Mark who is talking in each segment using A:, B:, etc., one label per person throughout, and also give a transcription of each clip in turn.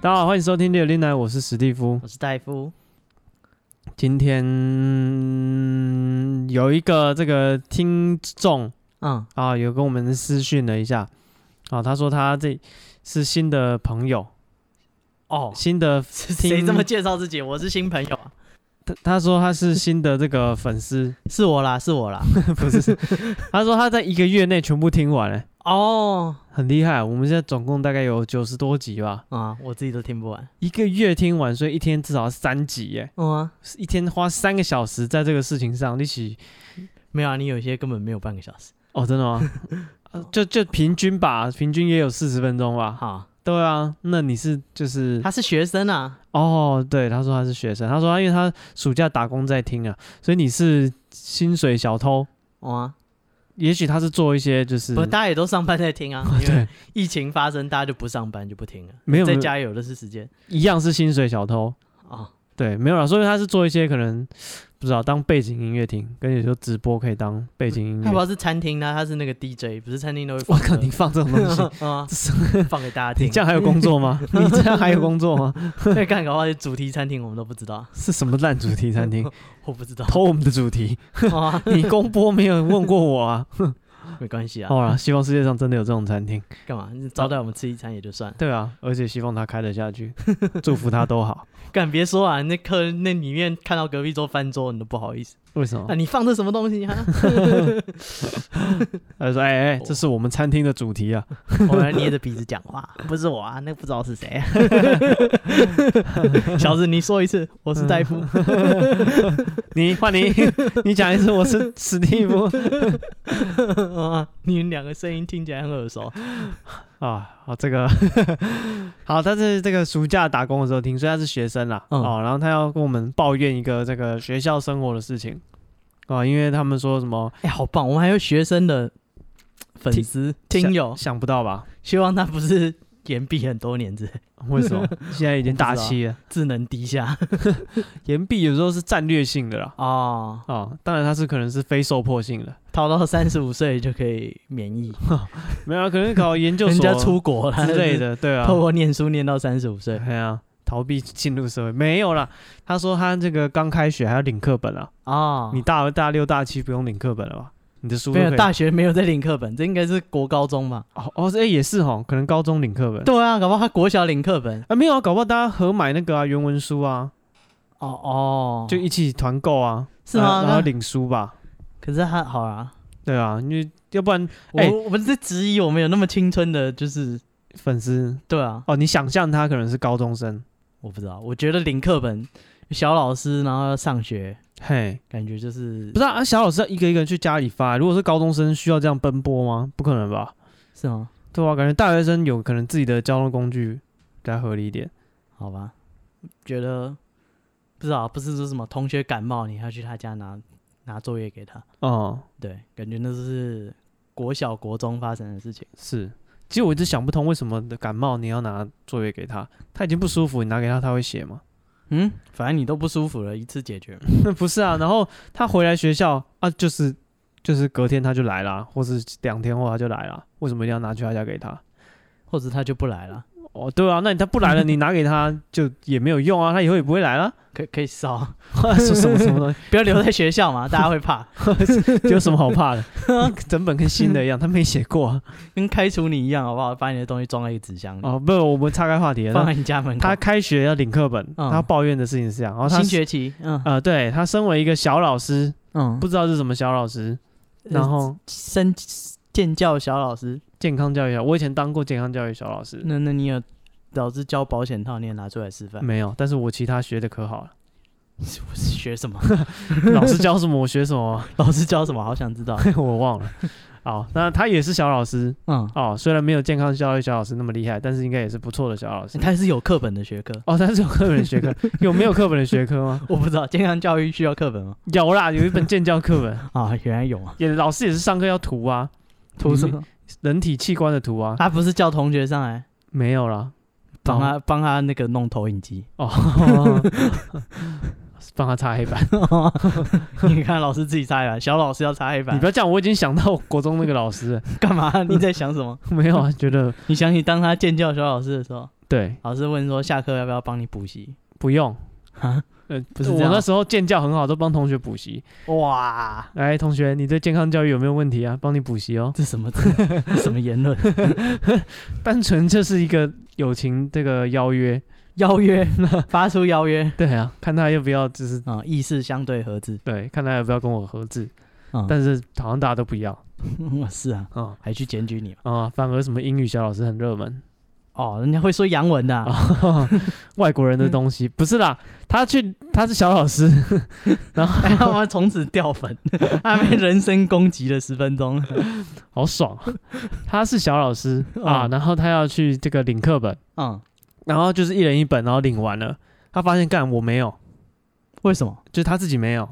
A: 大家好，欢迎收听《六零来》，我是史蒂夫。
B: 我是戴夫。
A: 今天有一个这个听众
B: 嗯，
A: 啊，有跟我们私讯了一下啊，他说他这是新的朋友，
B: 哦，
A: 新的
B: 谁这么介绍自己？我是新朋友啊，
A: 他他说他是新的这个粉丝，
B: 是我啦，是我啦。
A: 不是，他说他在一个月内全部听完了、
B: 哦，
A: 很厉害。我们现在总共大概有九十多集吧，
B: 啊，我自己都听不完。
A: 一个月听完，所以一天至少三集耶，
B: 嗯啊，
A: 一天花三个小时在这个事情上，一起
B: 没有啊，你有些根本没有半个小时。
A: 哦，真的 吗？呃就就平均吧，平均也有四十分钟吧。
B: 好，
A: 对啊，那你是就是
B: 他是学生啊，
A: 哦，对，他说他是学生，他说他因为他暑假打工在听啊，所以你是薪水小偷，
B: 哦啊，
A: 也许他是做一些就是
B: 不过大家也都上班在听啊，因为
A: 对，
B: 疫情发生，大家就不上班就不听了，
A: 没有
B: 在家有的是时间。
A: 一样是薪水小偷，
B: 哦，
A: 对，没有啦，所以他是做一些可能不知道当背景音乐听，跟有时候直播可以当背景音
B: 他不
A: 乐。
B: 知道是餐厅呢，他是那个 DJ，不是餐厅都会
A: 我
B: 放
A: 靠，你
B: 歌。
A: 放这种东西，
B: 啊，放给大家
A: 你
B: 听
A: 这。样还有工作 吗？你这样还有工作吗？
B: 对，干搞话主题餐厅我们都不知道，
A: 是什么烂主题餐厅？
B: 我不知道。
A: 偷我们的主题。
B: 哦啊
A: 你公播没有问过我啊？
B: 没关系啊，
A: 好啦，希望世界上真的有这种餐厅。
B: 干嘛？你招待我们吃一餐也就算了。
A: 对啊，而且希望他开得下 去，祝福他都好。
B: 干别说啊，那客人那里面看到隔壁桌翻桌，你都不好意思。
A: 为什么
B: 啊，？你放这什么东西 啊？
A: 他就说：“哎、哎、
B: 哦
A: 这是我们餐厅的主题啊。
B: 我还捏着鼻子讲话，不是我啊，那不知道是谁、 啊。小子，你说一次，我是戴夫。
A: 你换你， 你讲一次，我 是史蒂夫
B: 啊，你们两个声音听起来很耳 熟。
A: 啊。好，这个 好，他是这个暑假打工的时候听，所以他是学生啦。
B: 嗯
A: 哦，然后他要跟我们抱怨一个这个学校生活的事情啊、因为他们说什么
B: 哎、好棒！我们还有学生的粉丝听友
A: 想，想不到吧？
B: 希望他不是延毕很多年之类，
A: 为什 么现在已经大七了？
B: 智能低下
A: 岩壁有时候是战略性的啦。”
B: 哦，
A: 哦，当然它是可能是非受迫性的，
B: 逃到三十五岁就可以免疫，
A: 没有、啊、可能搞研究
B: 人
A: 所
B: 家出国了
A: 之 类，的，对啊，
B: 透过念书念到三十五岁。
A: 对啊，逃避进入社会没有啦。他说他这个刚开学还要领课本啊，
B: 哦，
A: 你大二、大六、大七不用领课本了吧？你的书都
B: 没有
A: 可以
B: 大学没有在领课本，这应该是国高中吧？
A: 哦哦，哎、也是哈，可能高中领课本
B: 对啊，搞不好他国小领课本。
A: 啊，没有啊，搞不好大家合买那个啊原文书啊，
B: 哦哦，
A: 就一起团购啊，
B: 是吗
A: 啊然后
B: 那
A: 领书吧，
B: 可是他好啊，
A: 对啊，因为要不然
B: 我、
A: 哎
B: 我们在质疑我们有那么青春的，就是
A: 粉丝
B: 对啊，
A: 哦，你想象他可能是高中生，
B: 我不知道，我觉得领课本小老师然后要上学，
A: 嘿，
B: 感觉就是
A: 不是啊，啊小老师要一个一个去家里发，如果是高中生，需要这样奔波吗？不可能吧？
B: 是吗？
A: 对啊，感觉大学生有可能自己的交通工具比较合理一点。
B: 好吧，觉得不知道，不是说什么同学感冒，你还要去他家拿拿作业给他，
A: 哦、
B: 对，感觉那是国小国中发生的事情。
A: 是。其实我一直想不通，为什么的感冒你要拿作业给他？他已经不舒服，你拿给他，他会写吗？
B: 嗯，反正你都不舒服了，一次解决嘛。
A: 那不是啊。然后他回来学校啊，就是就是隔天他就来啦，或是两天后他就来啦。为什么一定要拿去他家给他？
B: 或者他就不来了，
A: 哦，对啊，那你他不来了，你拿给他就也没有用啊，他以后也不会来 了。
B: 可以可以烧，
A: 什么什么什么东西？
B: 不要留在学校 嘛，大家会怕，
A: 有什么好怕的？整本跟新的一样，他没写过啊。
B: 跟开除你一样，好不好？把你的东西装在一个纸箱里，
A: 哦，不，我们岔开话题了。
B: 嗯放
A: 那
B: 在你家门口。
A: 他开学要领课本，
B: 嗯
A: 他抱怨的事情是这样。然哦后他
B: 新学期，嗯
A: 呃，对他身为一个小老师，
B: 嗯，
A: 不知道是什么小老师，
B: 呃
A: 然后
B: 升建教小老师，
A: 健康教育小，我以前当过健康教育小老师，
B: 那那你有老师教保险套，你也拿出来示范，
A: 没有，但是我其他学的可 好了，
B: 我是 学什么？
A: 老师教什么我学什么，
B: 老师教什么？好想知 道。
A: 我忘了。好，那他也是小老师
B: 嗯，
A: 哦，虽然没有健康教育小老师那么厉害，但是应该也是不错的小 老师。
B: 他是有课本的学科，
A: 哦，他是有课本的学科，有没有课本的学科吗？
B: 我不知道健康教育需要课本 吗？
A: 有啦，有一本健教课本，
B: 啊，原来有啊，
A: 也老师也是上课要涂啊，
B: 图什么？
A: 人体器官的图啊，
B: 他不是叫同学上来
A: 没有啦，
B: 帮他帮他那个弄投影机。
A: 哦，帮他擦黑 板。
B: 你看老师自己擦黑板，小老师要擦黑
A: 你
B: 板
A: 不，要这样，我已经想到国中那个老师了，
B: 干嘛？你在想什么？
A: 没有啊，觉得
B: 你想起当他建教小老师的时候，
A: 对，
B: 老师问说下课要不要帮你补习？
A: 不用。
B: 哈，
A: 呃，
B: 不是这
A: 我
B: 样
A: 那
B: 啊
A: 时候建教很好，都帮同学补习。
B: 哇，
A: 来，哎同学，你对健康教育有没有问题啊？帮你补习哦。
B: 这什么啊 这什么言论？
A: 单纯就是一个友情这个邀约，
B: 邀约， 发出邀约
A: 对啊，看他要不要，就是
B: 啊、意识相对合 致
A: 对，看他要不要跟我合制。
B: 啊。
A: 但是好像大家都不要
B: 是啊，
A: 啊
B: 还去检举你嘛？
A: 啊、反而什么英语小老师很热门，
B: 哦，人家会说洋文的啊、
A: 外国人的东西不是啦，他去他是小老师，
B: 哎 他妈从此掉 粉，他被人身攻击了十分钟。
A: 好爽、啊，他是小老师啊，
B: 嗯
A: 然后他要去这个领课本，
B: 嗯，
A: 然后就是一人一本，然后领完了，他发现干我没有，
B: 为什么？
A: 就是他自己没有，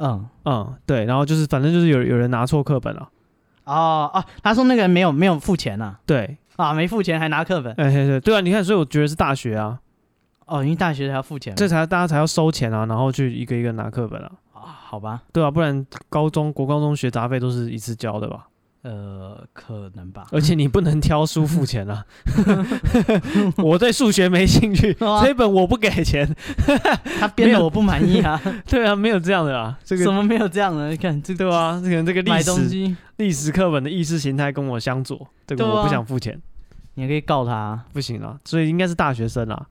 B: 嗯，
A: 嗯，对，然后就是反正就是有有人拿错课本了，
B: 哦哦，他说那个人没有没有付钱啊，
A: 对，
B: 啊，没付钱还拿课本。
A: 哎、对对对啊，你看，所以我觉得是大学啊，
B: 哦，因为大学还要付钱嘛。
A: 这才大家才要收钱啊，然后去一个一个拿课本啊，
B: 啊，好吧，
A: 对啊，不然高中国高中学杂费都是一次交的吧。
B: 呃，可能吧。
A: 而且你不能挑书付钱 啊！我对数学没兴趣，
B: 哦啊
A: 这一本我不给钱。
B: 他编
A: 没
B: 的
A: 有
B: 我不满意啊，
A: 对啊，没有这样的啊， 这
B: 怎
A: 个
B: 么没有这样呢？看这个
A: 对啊，可能这个历
B: 买东
A: 史
B: 西，
A: 历史课本的意识形态跟我相左，这个
B: 对啊
A: 我不想付钱，
B: 你也可以告他啊。
A: 不行啊，所以应该是大学生啊。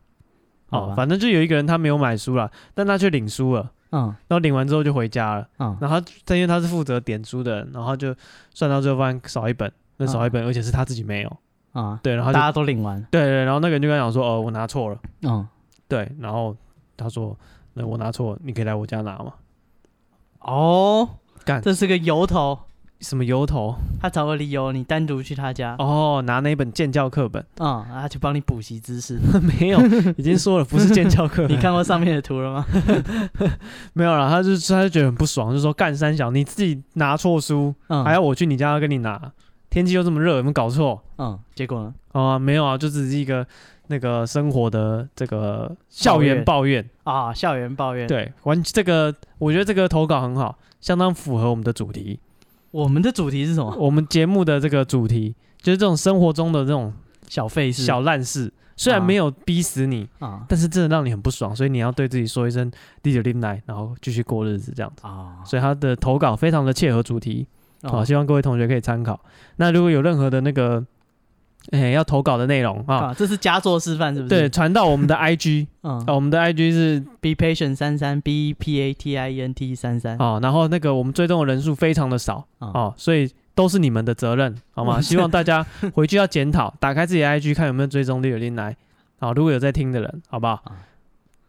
B: 好
A: 哦
B: 吧，
A: 反正就有一个人他没有买书啦，但他去领书了，
B: 嗯
A: 然后领完之后就回家了，
B: 嗯，
A: 然后他但因为他是负责点书的人，然后就算到最后发现少一本，那少一本，而且是他自己没有，
B: 啊，
A: 对，然后
B: 嗯大
A: 他就
B: 家都领完，
A: 对对，然后那个人就跟他讲说，哦，我拿错了。
B: 嗯，
A: 对，然后他说：“那我拿错，你可以来我家拿嘛。
B: 哦，
A: 干
B: 这是个由头，”
A: 什么由头？
B: 他找个理由，你单独去他家，
A: 哦，拿那一本建教课本？
B: 嗯，他去帮你补习知识。
A: 没有，已经说了不是建教 课本。
B: 你看过上面的图了吗？
A: 没有啦，他就是他就觉得很不爽，就说干三小，你自己拿错书，
B: 嗯，
A: 还要我去你家跟你拿？天气又这么热，有没有搞错？
B: 嗯，结果呢？
A: 啊、没有啊，就只是一个那个生活的这个校
B: 抱
A: 园
B: 怨
A: 抱怨。
B: 啊，校园抱怨。，
A: 对，完这个我觉得这个投稿很好，相当符合我们的主题。
B: 我们的主题是什么？
A: 我们节目的这个主题就是这种生活中的这种
B: 小费是
A: 小烂事，虽然
B: 啊
A: 没有逼死你，
B: 啊
A: 但是真的让你很不爽，所以你要对自己说一声 d i d l i n 然后继续过日子这样子。
B: 啊，
A: 所以他的投稿非常的切合主题，哦好、
B: 哦
A: 希望各位同学可以参考。那如果有任何的那个，哎、要投稿的内容啊，
B: 啊，这是佳作示范是不是？
A: 对，，传到我们的 IG
B: 嗯
A: 啊、我们的 IG 是
B: ，be patient 三三 b p a t i e n t 三三，
A: 啊、然后那个我们追踪的人数非常的少
B: 啊
A: 啊、所以都是你们的责任，好 吗？
B: 哇
A: 希望大家回去要检讨，打开自己的 IG 看有没有追踪 d i d l i n 啊，如果有在听的人，好不好
B: 啊？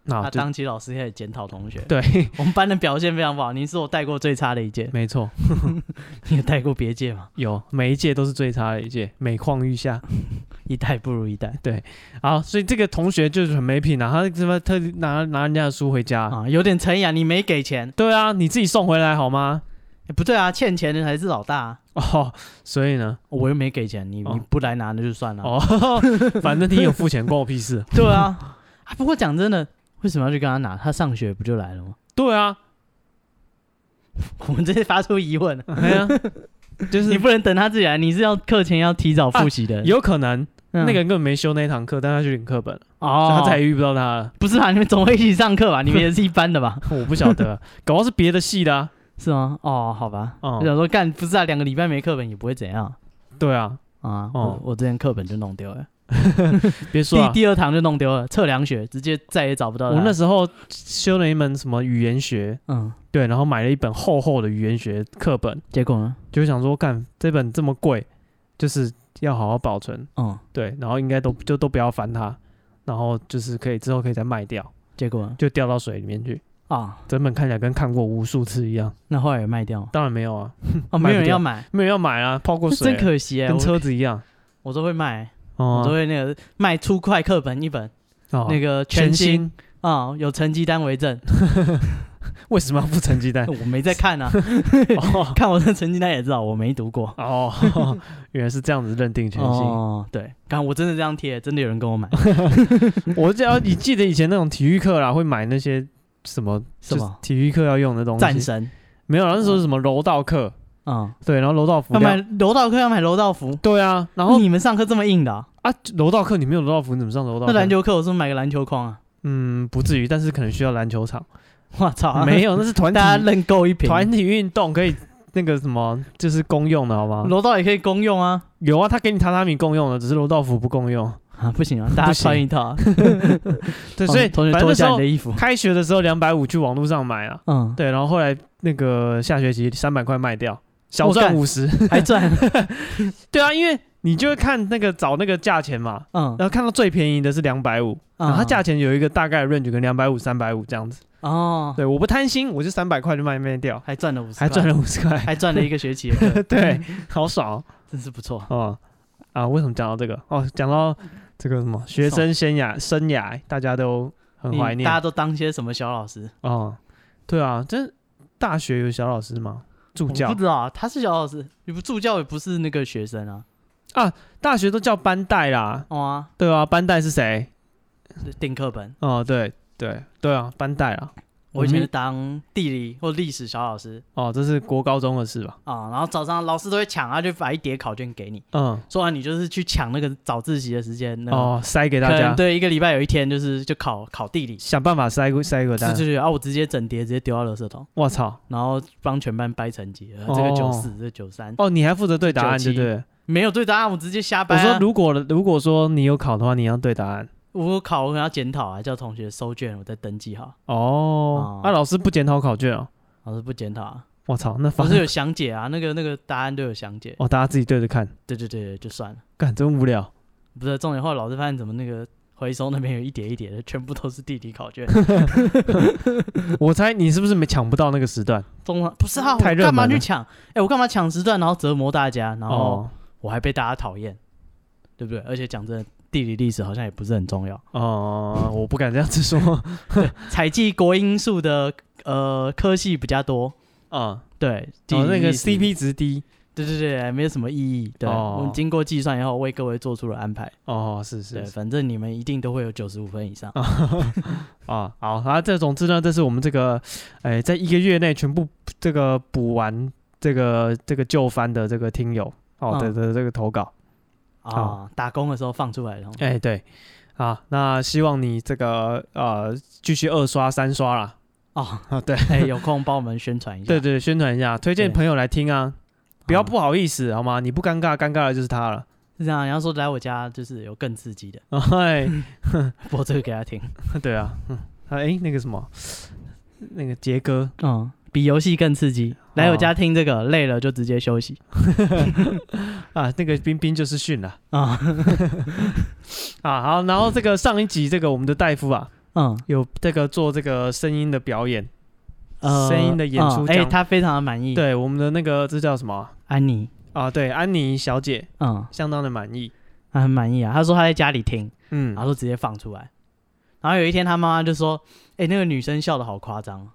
A: 那、
B: 他
A: 就
B: 当起老师开始检讨同学。
A: 对，
B: 我们班的表现非常不好，您是我带过最差的一届，
A: 没错，
B: 你有带过别届吗？
A: 有每一届都是最差的一届，每况愈下。
B: 一代不如一代
A: 好，所以这个同学就是很没品啊，他怎么特地拿拿人家的书回家？
B: 啊，有点诚意啊，你没给钱，
A: 对啊，你自己送回来好吗？
B: 哎不对啊，欠钱的才是老大啊，哦
A: 哦，所以呢，
B: 我又没给钱，你你
A: 哦
B: 不来拿那就算了。
A: 哦， 反正你有付钱，关我屁事。
B: 对啊，啊，不过讲真的，为什么要去跟他拿？他上学不就来了吗？
A: 对啊，
B: 我们这些发出疑问，
A: 哎 呀，就
B: 你
A: 是啊
B: 不能等他自己来，你是要课前要提早复习的。
A: 有可能
B: 嗯
A: 那个人根本没修那一堂课，但他去领课本了，所以
B: 哦，
A: 他再也遇不到 他了。
B: 不是吧？啊你们总会一起上课吧？你们也是一班的吧？
A: 我不晓得，搞不好是别的系的啊。
B: 是吗？哦，好吧。
A: 哦
B: 我想说，干不是啊，两个礼拜没课本也不会怎样
A: 对啊，
B: 啊。
A: 哦
B: 我我之前课本就弄丢了，
A: 别说
B: 第
A: 啊，
B: 第二堂就弄丢了，测量学直接再也找不到它。
A: 我那时候修了一门什么语言学，
B: 嗯，
A: 对，然后买了一本厚厚的语言学课本，
B: 结果呢？
A: 就想说，干这本这么贵，就是要好好保存，
B: 嗯，
A: 对，然后应该都就都不要翻它，然后就是可以之后可以再卖掉，
B: 结果呢？
A: 就掉到水里面去。
B: 啊，
A: 整本看起来跟看过无数次一样，
B: 那后来有卖掉吗？
A: 当然没有啊，
B: 哦，
A: 卖
B: 没
A: 不
B: 有人
A: 掉
B: 要买，
A: 没有要买啊，泡过
B: 那
A: 水
B: 真
A: 啊，
B: 可惜哎。
A: 跟
B: 我
A: 车子一样
B: 我都会卖，我都
A: 哦
B: 会那个卖出块课本一本，
A: 哦
B: 那个
A: 全
B: 新
A: 新
B: 啊、有成绩单 为证。
A: 为什么要付成绩 单？
B: 我没在看啊，
A: 哦
B: 看我的成绩单也知道我没读过。
A: 哦，原来是这样子认定全新。
B: 哦，对，刚我真的这样贴，真的有人跟 我买
A: 我只要你记得以前那种体育课啦，会买那些什么
B: 什
A: 就是
B: 么
A: 体育课要用的东西，
B: 战神
A: 没有啦，那时候是什么柔道课，
B: 啊、嗯
A: 对，然后柔道服
B: 要买
A: 料，
B: 柔道课要买柔道服，
A: 对啊，然后
B: 哦嗯你们上课这么硬的啊、
A: 啊，楼道课你没有楼道服，你怎么上楼道课？
B: 那篮球课我是不是买个篮球框 啊，
A: 嗯不至于，但是可能需要篮球场。
B: 我操、
A: 没有，那是团
B: 大家
A: 体
B: 认购一瓶，
A: 团体运动可以那个什么，就是公用的好吗？
B: 哦楼道也可以公用啊。
A: 有啊，他给你榻榻米共用的，只是楼道服不共用。
B: 啊，不行啊，大家
A: 不行
B: 穿一套啊。
A: 对，所以
B: 哦同学
A: 反正那
B: 脱
A: 时
B: 下你
A: 候
B: 的衣服。
A: 开学的时候两百五去网络上买啊，
B: 嗯，
A: 对，然后后来那个下学期三百块卖掉，小
B: 我
A: 赚
B: 干
A: 五十。
B: 还赚。
A: 对啊，因为你就会看那个找那个价钱嘛，
B: 嗯，
A: 然后看到最便宜的是两百五，然后它
B: 嗯
A: 价钱有一个大概的 range，跟两百五、三百五这样子。
B: 哦，
A: 对，我不贪心，我就三百块就卖卖掉，
B: 还赚了五十，
A: 还赚，了五十块，，
B: 还赚了一个学期的课
A: 对，
B: 嗯
A: 好爽哦
B: 真是不错。
A: 哦啊！为什么讲到这个？哦，讲到这个什么学生生涯生涯，大家都很
B: 你
A: 怀念
B: 大家都当些什么小老师？
A: 哦。对啊，这大学有小老师吗？助
B: 我
A: 教
B: 不知道啊，他是小老师，你不助教也不是那个学生啊。
A: 大学都叫班带啦，
B: 哦啊，
A: 对啊，班带是谁？
B: 是订课本。
A: 哦，对对对啊，班带啦。
B: 我以前
A: 们
B: 是当地理或历史小老师
A: 哦，这是国高中的事吧？
B: 啊，然后早上老师都会抢啊，就把一叠考卷给你，
A: 嗯，
B: 说啊完你就是去抢那个早自习的时间。那个，
A: 哦，塞给大
B: 啊可能
A: 家，
B: 对，一个礼拜有一天就是就考考地理，
A: 想办法塞给塞给大
B: 是
A: 家。
B: 是是啊，我直接整叠直接丢到垃圾桶，
A: 我操！
B: 然后帮全班掰成绩，呃这个
A: 哦
B: 九四，这个九三，
A: 哦，你还负责对答案，对
B: 97
A: 不对了？
B: 没有对答案，我直接瞎掰
A: 我
B: 啊、
A: 说，如果如果说你有考的话，你要对答案。
B: 我有考，我可能要检讨啊，叫同学收卷，我再登记好。
A: 哦
B: 哦，
A: 啊，老师不检讨考卷哦。
B: 老师不检讨啊，
A: 我操，那
B: 老
A: 反
B: 师
A: 正
B: 有详解啊，那个那个答案都有详解。
A: 哦，大家自己对着看，
B: 对对对，就算了。
A: 干真无 聊。
B: 不是重点，后来老师发现怎么那个回收那边有一叠一叠的，全部都是地理考卷。
A: 我猜你是不是没抢不到那个时段？
B: 中文不是啊，我
A: 太热门
B: 干嘛
A: 了
B: 去抢？哎，我干嘛抢时段，然后折磨大家，然后
A: 哦
B: 我还被大家讨厌，对不对？而且讲真的，地理历史好像也不是很重要。
A: 哦，我不敢这样子 说。
B: 采集国英数的呃科系比较多，
A: 啊，
B: 对，地理
A: 哦，那个
B: 历史
A: CP 值低。
B: 对对对，没有什么意义。对，
A: 哦
B: 我们经过计算以后，为各位做出了安排。
A: 哦，是是
B: 对，
A: 是
B: 反正你们一定都会有九十五分以上。
A: 啊，好，啊，这总之呢，这是我们这个，哎，在一个月内全部这个补完这个这个旧番的这个听友哦的
B: 嗯
A: 的这个投稿，好
B: 啊，打工的时候放出来的哦。
A: 哎，对，啊，那希望你这个呃继续二刷三刷啦，
B: 哦，
A: 啊，对
B: 哎，有空帮我们宣传一下。
A: 对对，宣传一下，推荐
B: 对
A: 朋友来听啊，不要
B: 啊
A: 不好意思好吗？你不尴尬，尴尬的就是他了，
B: 是这样，然后说来我家就是有更刺激的，
A: 哎，
B: 播这个给他听。
A: 对啊，嗯，啊哎，那个什么，那个杰哥，
B: 嗯，比游戏更刺激。来
A: 哦
B: 我家听这个，累了就直接休息
A: 啊，那个冰冰就是训了
B: 啊。
A: 啊，好，然后这个上一集这个我们的大夫啊，
B: 嗯，
A: 有这个做这个声音的表演，
B: 呃
A: 声音的演出
B: 嗯
A: 这
B: 哎，
A: 样
B: 他非常的满意。，
A: 对我们的那个这叫什么啊
B: 安妮，
A: 啊？对，安妮小姐
B: 嗯，
A: 相当的满意，
B: 他很满意啊。他说他在家里听。
A: 嗯
B: 然，后就直接放出来。然后有一天，他妈妈就说：“哎、那个女生笑的好夸张哦。”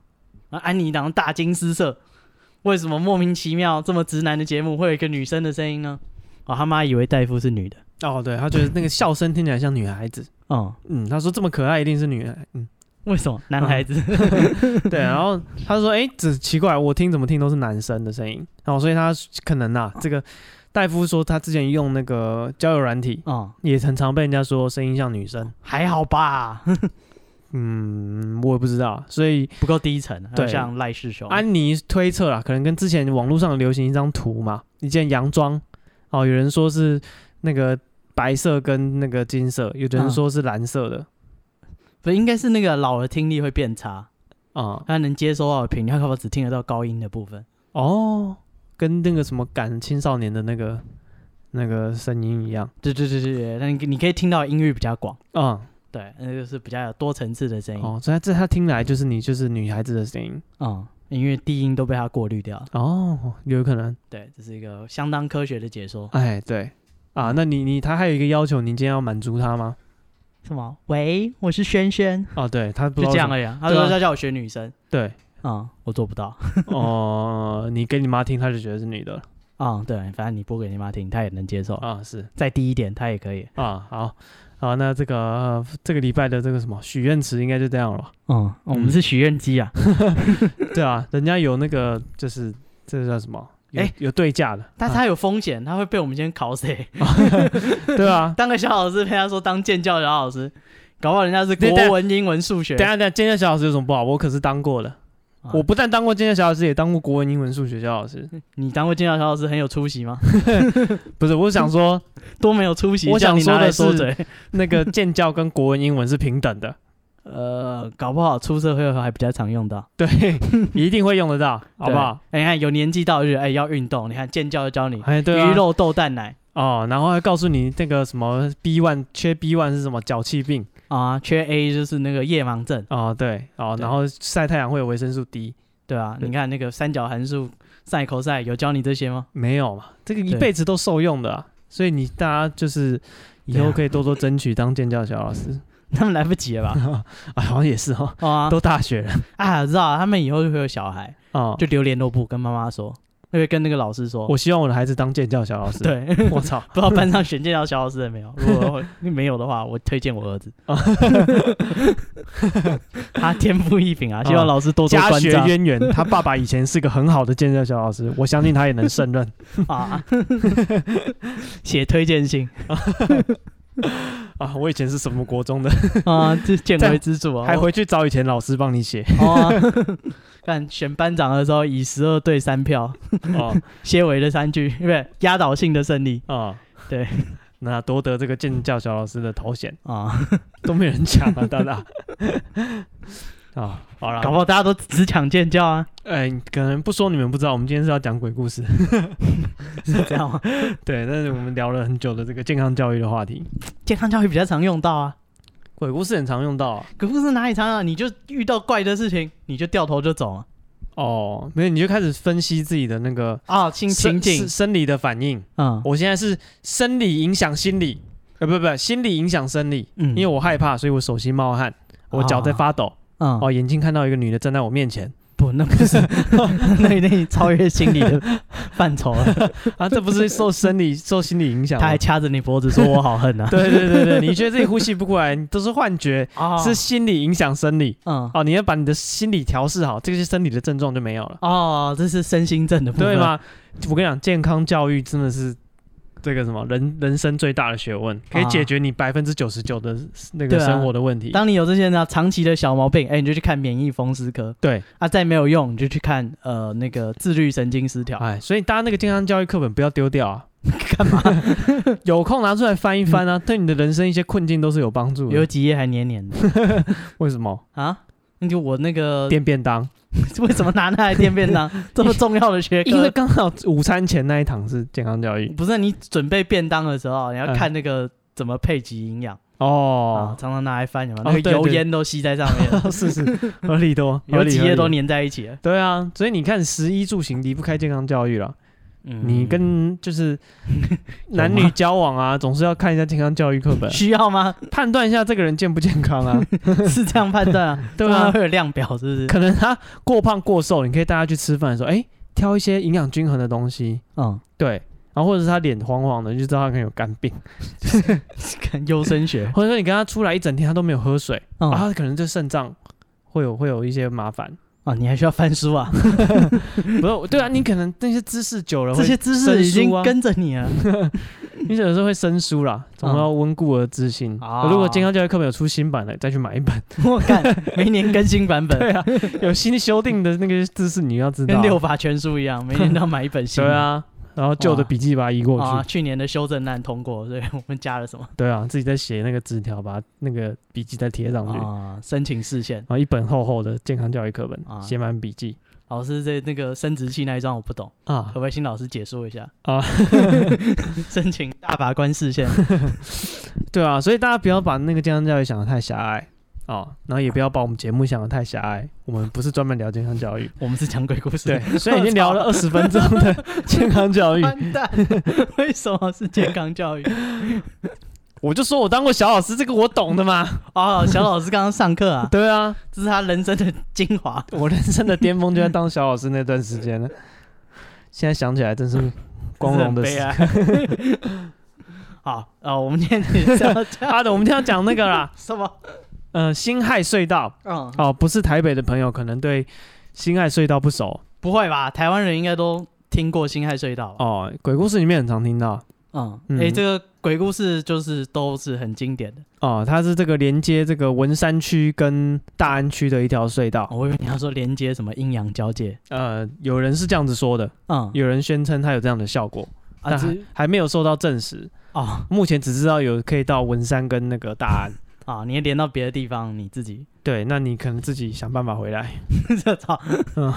B: 然后安妮当时大惊失色，为什么莫名其妙这么直男的节目会有一个女生的声音呢？哦，他妈以为戴夫是女的。
A: 哦，对，她觉得那个笑声听起来像女孩子，
B: 嗯，
A: 嗯，她说这么可爱一定是女孩，嗯，
B: 为什么男孩子？
A: 对，然后她说，哎，只奇怪，我听怎么听都是男生的声音，然后所以她可能啊，这个戴夫说他之前用那个交友软体，
B: 嗯，
A: 也很常被人家说声音像女生。
B: 还好吧，
A: 嗯，我也不知道，所以
B: 不够低沉，还有
A: 对
B: 像赖世雄。
A: 安妮推测啦，可能跟之前网络上流行一张图嘛，一件洋装，哦，有人说是那个白色跟那个金色，有的人
B: 嗯
A: 说是蓝色的
B: 不应该是那个老的听力会变差，
A: 啊、
B: 他能接收到的频率，他可能只听得到高音的部分。
A: 哦，跟那个什么感青少年的那个那个声音一样
B: 对对对对对，那你你可以听到音域比较广，
A: 啊、
B: 对，那就是比较有多层次的声音。
A: 哦，所以他这他听来就是你就是女孩子的声音
B: 嗯，因为低音都被它过滤掉了。
A: 哦，有可能，
B: 对，这是一个相当科学的解说。
A: 哎，对啊，那你你他还有一个要求，你今天要满足他吗？
B: 什么？喂，我是轩轩，
A: 哦，对他不
B: 就
A: 知道
B: 这样
A: 怎么
B: 而已啊。他
A: 对啊
B: 说他叫我学女生，
A: 对，
B: 嗯，我做不 到。
A: 哦、你给你妈听，她就觉得是女的了
B: 啊、对，反正你播给你妈听，她也能接受。
A: 啊，是。
B: 再低一点，她也可以。
A: 啊，好，好，那这个、呃这个礼拜的这个什么许愿池应该就这样了吧。
B: 嗯，我们是许愿机啊。
A: 对啊，人家有那个就是这个叫什么有
B: 哎
A: 有对价的，
B: 但是
A: 啊
B: 他有风险，他会被我们今天考死、
A: 对啊。
B: 当个小老师被他说当建教小老师，搞不好人家是国
A: 对
B: 文、英文、数学
A: 等一。下等一下，监教小老师有什么不好？我可是当过的，
B: 啊嗯
A: 我不但当过监教小老师，也当过国文、英文、数学小老师。
B: 你当过建教小老师很有出息吗？
A: 不是，我是想说，
B: 多没有出息，
A: 我想
B: 叫嗯你拿来
A: 说
B: 说
A: 的是
B: 嘴。
A: 那个建教跟国文、英文是平等 的，
B: 呃，搞不好出社会后还比较常用到，
A: 对，一定会用得到，好不好？
B: 对？哎你看有年纪到日， 哎，要运动。你看健教就教你
A: 哎，对啊
B: 鱼，肉豆蛋奶
A: 哦，然后还告诉你那个什么 B one 缺 B one 是什么脚气病
B: 啊，缺 A 就是那个夜盲症，
A: 哦，对，哦，
B: 对
A: 然后晒太阳会有维生素 D，
B: 对吧、
A: 对
B: 你看那个三角函数、赛口赛有教你这些吗？
A: 没有嘛？这个一
B: 对
A: 辈子都受用的啊、所以你大家就是以
B: 对
A: 后
B: 啊
A: 可以多多争取当建教小老 师
B: 他们来不及了吧？
A: 啊，好像也是哦，
B: 哦 啊，
A: 都大学了
B: 啊，知道了他们以后就会有小孩，
A: 哦。
B: 就留联络簿跟妈妈说，那个跟那个老师说，
A: 我希望我的孩子当建教小老师，，
B: 对，
A: 我操，
B: 不知道班上选建教小老师了没有？如果 没有的话，我推荐我儿子， 他天赋异禀啊，希望老师多多
A: 家
B: 关
A: 学
B: 照
A: 渊源， 他爸爸以前是个很好的建教小老师，我相信他也能胜 任。
B: 啊。写推荐信
A: 啊，我以前是什么国中的，
B: 啊，这见
A: 这样
B: 微知著啊，
A: 还回去找以前老师帮你写
B: 我哦。看选班长的时候，以十二对三票，
A: 哦
B: 结尾的三句，对不对？压倒性的胜利
A: 哦，
B: 对，
A: 那夺得这个建教小老师的头衔
B: 啊！
A: 都没人抢啊，大 大。啊，好了，
B: 搞不好大家都只抢建教啊，
A: 哎、可能不说你们不知道，我们今天是要讲鬼故事。
B: 是这样吗？
A: 对，但是我们聊了很久的这个健康教育的话题，
B: 健康教育比较常用到啊。
A: 鬼故事很常用到、啊、
B: 可不是哪里常啊？你就遇到怪的事情，你就掉头就走啊！
A: 哦。没有，你就开始分析自己的那个
B: 啊，情情
A: 生
B: 景
A: 生，生理的反应。
B: 嗯
A: 我现在是生理影响心理，呃，不不，心理影响生理，
B: 嗯，
A: 因
B: 啊
A: 为我害怕，所以我手心冒汗，我脚在发抖，
B: 嗯
A: 哦，眼睛看到一个女的站在我面前，
B: 不，那不 是，那已经超越心理的范畴了。
A: 啊，这不是受生理受心理影响
B: 他
A: 吗
B: 还？掐着你脖子说：“我好恨啊
A: 对对对对，你觉得自己呼吸不过来，你都是幻觉，！”
B: 啊
A: 是心理影响生理。
B: 嗯
A: 哦哦，你要把你的心理调试好，这些生理的症状就没有 了，
B: 哦，这是身心症的部分，
A: 对？吗？我跟你讲，健康教育真的是这个什么人人生最大的学问，可以解决你百分之九十九的那个
B: 对啊
A: 生活的问题。
B: 当你有这些呢长期的小毛病，哎，你就去看免疫风湿科
A: 对，
B: 啊，再没有用，你就去看呃那个自律神经失调。
A: 哎，所以大家那个健康教育课本不要丢掉 啊，干嘛？有空拿出来翻一翻啊，对你的人生一些困境都是有帮助
B: 有
A: 的。
B: 几页还黏黏的
A: 为什么？
B: 啊？那就我那个
A: 垫便当。
B: 为什么拿那来垫便 当？这么重要的学科，
A: 因为刚好午餐前那一堂是健康教育
B: 不是你准备便当的时候，你要
A: 嗯
B: 看那个怎么配给营养、啊
A: 哦，，
B: 常常拿来翻，有没有？
A: 哦
B: 那个
A: 对
B: 油
A: 对
B: 烟都吸在上 面 了，
A: 哦是是合理多，合
B: 有
A: 理
B: 几
A: 合
B: 页
A: 理
B: 都粘在一起了。
A: 对啊，所以你看食衣住行离不开健康教育了。
B: 嗯
A: 你跟就是 男女交往啊，总是要看一下健康教育课 本，
B: 需要吗？
A: 判断一下这个人健不健康 啊，
B: 是这样判断 啊？
A: 对
B: 通常
A: 啊，
B: 会有量表是不是？
A: 可能他过胖过瘦，你可以带他去吃饭的时候，哎，挑一些营养均衡的东西，
B: 嗯，
A: 对。然后或者是他脸黄黄的，你就知道他可能有肝 病；
B: 看 优生学。
A: 或者说你跟他出来一整天，他都没有喝水，
B: 嗯
A: 啊，
B: 啊
A: 他可能就肾脏会有会有一些麻烦。
B: 你还需要翻书 啊？
A: 不是，对啊，你可能那些知识久了
B: 这
A: 会，
B: 些知识已经跟着你了。
A: 你有时候会生疏啦，总
B: 嗯
A: 要温故而知新。
B: 啊
A: 如果健康教育课本有出新版的，再去买一本。
B: 我看每年更新版 本，
A: 对啊，有新修订的那个知识你要知道
B: 跟。六法全书一样，每年都要买一本新
A: 对
B: 的。
A: 啊，然后旧的笔记把它移过
B: 啊，
A: 去。
B: 去年的修正案通过，所以我们加了什么
A: 对啊，自己再写那个纸条，把那个笔记再贴上去。然
B: 啊？申请视线。
A: 后一本厚厚的健康教育课
B: 啊
A: 本，写满笔记
B: 老师这那个生殖器那一章我不懂，可
A: 啊
B: 不可以请老师解说一下？
A: 啊！
B: 申请大法官 视线
A: 对啊，所以大家不要把那个健康教育想得太狭隘哦，然后也不要把我们节目想得太狭隘。我们不是专门聊健康教 育。
B: 我们是讲鬼故事，
A: 对，所以已经聊了二十分钟的 健康教 育，
B: 完蛋，为什么是健康教育？
A: 我就说我当过小老师，这个我懂的嘛。
B: 哦，小老师刚刚上课啊，
A: 对啊，
B: 这是他人生的精华。
A: 我人生的巅峰就在当小老师那段时间了。现在想起来，真 是光荣的
B: 真
A: 事
B: 是。很悲哀。 好，呃，我们今天也是要 讲
A: 啊，对，我们今天要讲那个啦，
B: 什么？
A: 呃，辛亥隧道哦
B: 嗯，
A: 哦，不是台北的朋友可能对辛亥隧道不熟
B: 不会吧？台湾人应该都听过《辛亥隧道》吧？
A: 哦，鬼故事里面很常听到
B: 嗯，
A: 嗯
B: 哎、这个鬼故事就是都是很经典的。
A: 哦，它是这个连接这个文山区跟大安区的一条隧道。
B: 哦我以为你要说连接什么阴阳交界，
A: 呃，有人是这样子说的，
B: 嗯，
A: 有人宣称它有这样的效果，
B: 啊，
A: 但还
B: 这
A: 还没有受到证实。
B: 哦
A: 目前只知道有可以到文山跟那个大安。
B: 啊，你也连到别的地方，你自己
A: 对，那你可能自己想办法回来。
B: 这操
A: 嗯，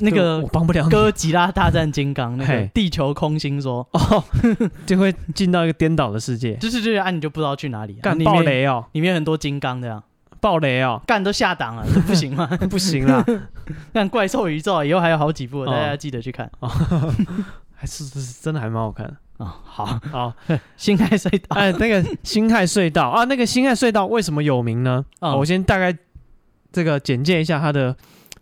B: 那
A: 就
B: 个
A: 我帮不了你，
B: 哥吉拉大战金刚，那个
A: 嘿
B: 地球空心说，
A: 哦， 就会进到一个颠倒的世界，
B: 就是就是啊，你就不知道去哪里、啊，
A: 干
B: 里
A: 爆
B: 面
A: 雷哦，
B: 里面很多金刚这样，
A: 爆雷 哦，
B: 干都下档了，这不 行吗？
A: 不行 啦，
B: 但怪兽宇宙以后还有好几部，
A: 哦
B: 大家记得去看
A: 还是 是真的还蛮好看的。
B: 啊。好，
A: 好，
B: 新海隧道，
A: 哎，那个辛亥隧道啊，那个辛亥隧道为什么有名呢？哦
B: 嗯
A: 我先大概这个简介一下它的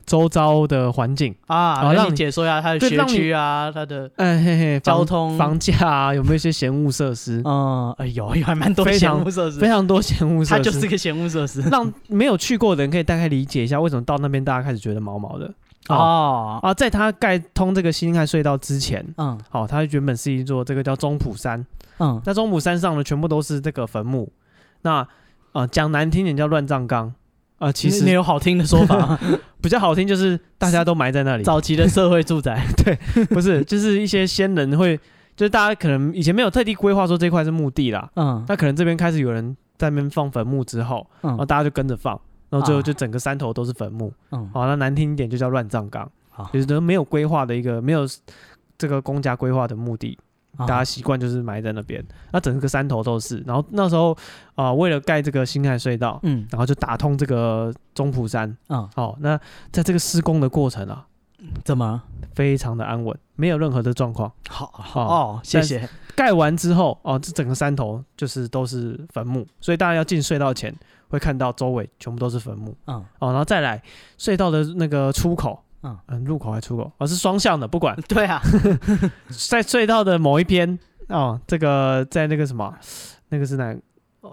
A: 周遭的环境，
B: 啊，
A: 好
B: 让
A: 哦让
B: 你
A: 你
B: 解说一下它的
A: 对
B: 学
A: 让你
B: 区啊，它的
A: 哎嘿嘿，房
B: 交通
A: 房价啊，有没有一些嫌恶设施？
B: 嗯，哎有有还蛮多
A: 非
B: 嫌
A: 常
B: 恶设施
A: 非，常多嫌恶设
B: 它
A: 施，
B: 就是个嫌恶设施。
A: 让没有去过的人可以大概理解一下，为什么到那边大家开始觉得毛毛的。哦
B: 哦，
A: 啊，在它盖通这个辛亥隧道之前，
B: 嗯
A: 哦，它原本是一座这个叫中埔山，
B: 嗯，
A: 那中埔山上呢，全部都是这个坟墓。那呃，讲难听点叫乱葬岗，啊、其
B: 你
A: 实
B: 有好听的说法吗，
A: 比较好听就是大家都埋在那里，
B: 早期的社会住宅
A: 不是，就是一些先人会，就是大家可能以前没有特地规划说这块是墓地啦，
B: 嗯
A: 那可能这边开始有人在那边放坟墓之后，然后
B: 嗯
A: 大家就跟着放，然后最
B: 啊
A: 后就整个山头都是坟墓。
B: 嗯，
A: 好、那难听一点就叫乱葬岗
B: 好，
A: 就是都没有规划的一个没有这个公家规划的墓地，
B: 啊
A: 大家习惯就是埋在那边，那整个山头都是。然后那时候啊、为了盖这个辛亥隧道，
B: 嗯
A: 然后就打通这个中埔山。
B: 嗯，
A: 哦，那在这个施工的过程啊，
B: 怎么了
A: 非常的安稳，没有任何的状况。
B: 好好哦，谢谢
A: 盖完之后，哦，这整个山头就是都是坟墓，所以大家要进隧道前会看到周围全部都是坟墓。
B: 嗯
A: 哦，然后再来隧道的那个出口，
B: 嗯
A: 嗯入口还出口，哦是双向的，不管
B: 对啊，
A: 在隧道的某一边哦，这个在那个什么，那个是哪？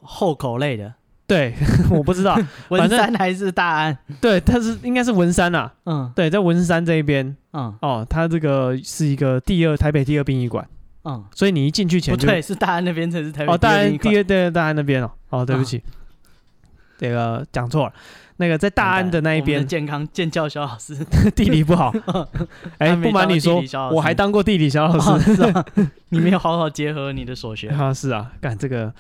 B: 后口类的
A: 对， 我不知 道，
B: 文
A: 反正
B: 山还是大安，
A: 对，但是应该是文山啊，
B: 嗯
A: 对，在文山这一边
B: 嗯
A: 哦，它这个是一个第二台北第二殡仪馆，
B: 嗯，
A: 所以你一进去前
B: 不
A: 就
B: 对，是大安那边才是台北
A: 哦，大安
B: 第
A: 第二对大安那边哦，
B: 啊
A: 哦对不起，这个讲错了，那个在大安的那一边
B: 健康健教小老师，
A: 地理不 好，哎，
B: 他没
A: 不瞒
B: 当
A: 你
B: 过
A: 说
B: 地理小老，师
A: 我还当过地理小老师
B: 哦。 是啊，你没有好好结合你的所学
A: 啊，是啊，干这个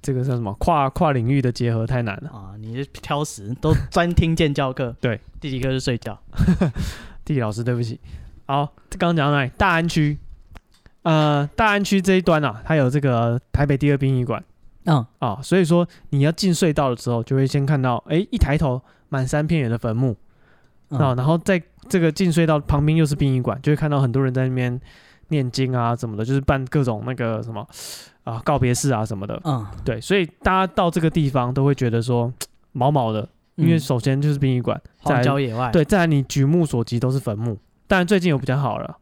A: 这个叫什么跨跨领域的结合太难了。
B: 啊，你是挑食，都专听健教课，
A: 对，
B: 地理课是睡觉，
A: 地理老师，对不起。好，这刚刚讲到哪里？大安区，呃，大安区这一端啊，它有这个台北第二殡仪馆
B: 嗯
A: 啊，所以说你要进隧道的时候，就会先看到，哎、一抬头满山遍野的坟墓
B: 嗯
A: 啊，然后在这个进隧道旁边又是殡仪馆，就会看到很多人在那边念经啊什么的，就是办各种那个什么啊告别式啊什么的。
B: 嗯，
A: 对，所以大家到这个地方都会觉得说毛毛的，因为
B: 嗯
A: 首先就是殡仪馆，
B: 荒
A: 再
B: 郊
A: 来
B: 野外，
A: 对，再来你举目所及都是坟墓。当然最近有比较好了，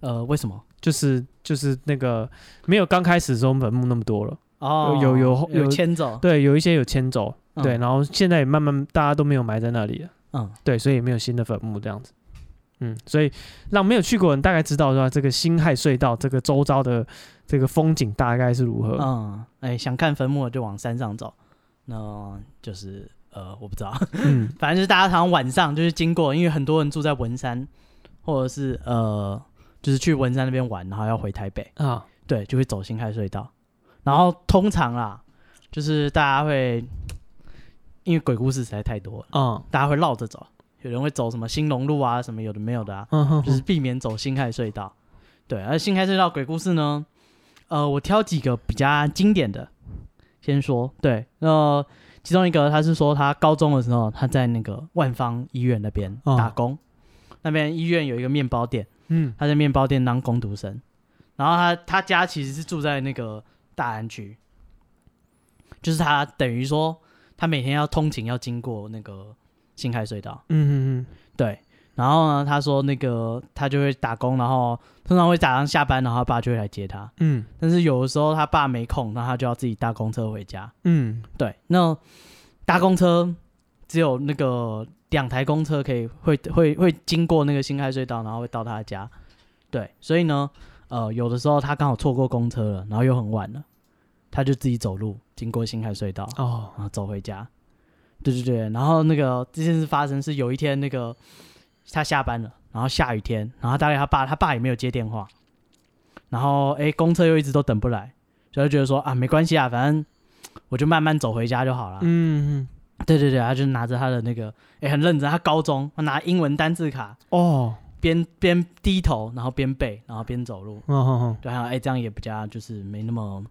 B: 呃，为什么？
A: 就是就是那个没有刚开始的时候坟墓那么多了，
B: 哦，
A: 有有
B: 有
A: 有
B: 牵走，
A: 对，有一些有迁走，
B: 嗯
A: 对，然后现在也慢慢大家都没有埋在那里了，
B: 嗯
A: 对，所以也没有新的坟墓这样子。嗯，所以让没有去过的人大概知道说这个辛亥隧道这个周遭的这个风景大概是如何。
B: 嗯，哎，想看坟墓的就往山上走，那就是呃，我不知道，
A: 嗯，
B: 反正就是大家常常晚上就是经过，因为很多人住在文山，或者是呃，就是去文山那边玩，然后要回台北，
A: 啊，
B: 对，就会走新海隧道。然后通常啦，就是大家会，因为鬼故事实在太多了，
A: 嗯，
B: 大家会绕着走，有人会走什么兴隆路啊，什么有的没有的啊，
A: 嗯哼
B: 就是避免走辛亥隧道。对，而辛亥隧道鬼故事呢，呃，我挑几个比较经典的先说。对，那、其中一个他是说他高中的时候他在那个万方医院那边
A: 哦
B: 打工，那边医院有一个面包店，
A: 嗯，
B: 他在面包店当工读生，然后他他家其实是住在那个大安区，就是他等于说他每天要通勤要经过那个辛亥隧道。
A: 嗯嗯
B: 对，然后呢，他说那个他就会打工，然后通常会打上下班，然后他爸就会来接他。
A: 嗯
B: 但是有的时候他爸没空，那他就要自己搭公车回家。
A: 嗯
B: 对，那搭公车只有那个两台公车可以会会会经过那个新海隧道，然后会到他家。对，所以呢，呃，有的时候他刚好错过公车了，然后又很晚了，他就自己走路经过新海隧道，
A: 哦，
B: 然后走回家。对对对，然后那个这件事发生是有一天，那个他下班了，然后下雨天，然后大概他爸他爸也没有接电话，然后诶公车又一直都等不来，所以他就觉得说啊没关系啊，反正我就慢慢走回家就好了。
A: 嗯，嗯
B: 对对对，他就拿着他的那个诶很认真，他高中他拿英文单字卡，
A: 哦，
B: 边边低头，然后边背，然后边走路，
A: 哦哦
B: 对啊，哎、这样也比较就是没那么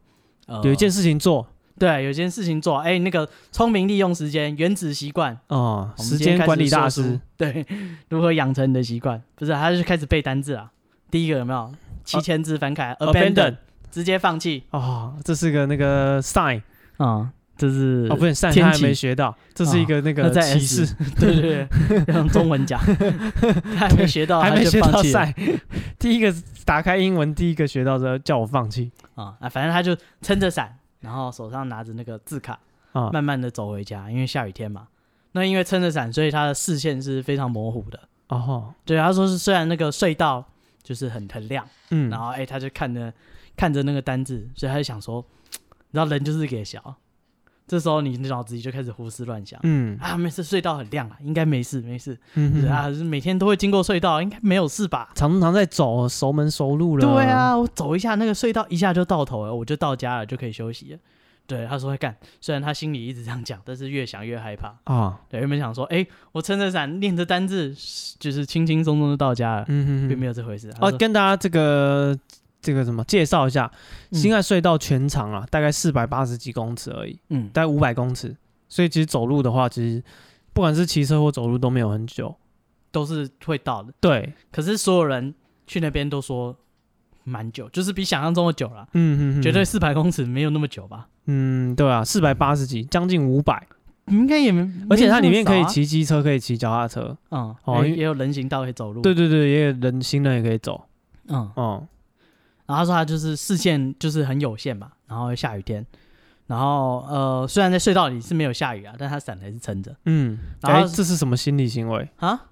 B: 呃
A: 哦，有一件事情做
B: 对，有一件事情做，哎、那个聪明利用时间，原子习惯，
A: 哦，
B: 嗯我们
A: 时
B: 今
A: 间
B: 天开始
A: 管理大
B: 说
A: 师
B: 书， 对，如何养成你的习惯？不是啊，他就开始背单字啊。第一个有没有七千字翻开
A: 啊 abandon
B: 直接放弃
A: 哦，这是个那个 sign
B: 啊、这是
A: 哦，不是 sign，
B: 天
A: 他还
B: 启
A: 没学到，这是一个那
B: 那
A: 个
B: 在
A: 启
B: S
A: 示，
B: 对对对，用中文 讲，他还没学到，
A: 还
B: 哦他
A: 没
B: 就
A: 学
B: 放
A: 到
B: 弃了
A: sign，第一个打开英文，第一个学到的叫我放弃
B: 啊啊，反正他就撑着伞，然后手上拿着那个字卡，
A: 啊，
B: 慢慢的走回家，因为下雨天嘛。那因为撑着伞，所以他的视线是非常模糊的。
A: 哦，
B: 对，他说是虽然那个隧道就是很很亮，
A: 嗯
B: 然，后哎、他就看着看着那个单字，所以他就想说，然后人就是给小，这时候你脑子里就开始胡思乱想、
A: 嗯
B: 啊，没事，隧道很亮啊，应该没事没事、
A: 嗯
B: 是
A: 嗯，
B: 啊，是每天都会经过隧道，应该没有事吧？
A: 常常在走熟门熟路了，
B: 对，啊，我走一下那个隧道，一下就到头了，我就到家了，就可以休息了。对，他说会干，虽然他心里一直这样讲，但是越想越害怕。
A: 啊，
B: 对，原本想说，哎、我撑着伞念着单字，就是轻轻松松就到家了，
A: 嗯嗯
B: 并
A: 嗯，
B: 没有这回事。他
A: 哦，
B: 说
A: 跟大家这个这个什么介绍一下，
B: 嗯
A: 新爱隧道全长啊，大概四百八十几公尺而已。
B: 嗯，
A: 大概五百公尺，所以其实走路的话，其实不管是骑车或走路都没有很久。
B: 都是会到的。
A: 对，
B: 可是所有人去那边都说蛮久，就是比想象中的久了，
A: 嗯嗯，嗯
B: 绝对，四百公尺没有那么久吧？
A: 嗯，对啊，四百八十几，将近五百，
B: 应该也没，
A: 而且它
B: 没
A: 里
B: 那
A: 面
B: 么少
A: 可以
B: 啊，
A: 骑机车，可以骑脚踏车，
B: 嗯，
A: 哦
B: 哦，
A: 因为
B: 也有人行道可以走路，
A: 对，对对，也有人行人也可以走，
B: 嗯。
A: 哦、
B: 然后他说他就是视线就是很有限嘛，然后下雨天，然后呃，虽然在隧道里是没有下雨啊，但他伞还是撑着
A: 嗯，
B: 然
A: 哎、
B: 后
A: 这是什么心理行为？
B: 啊，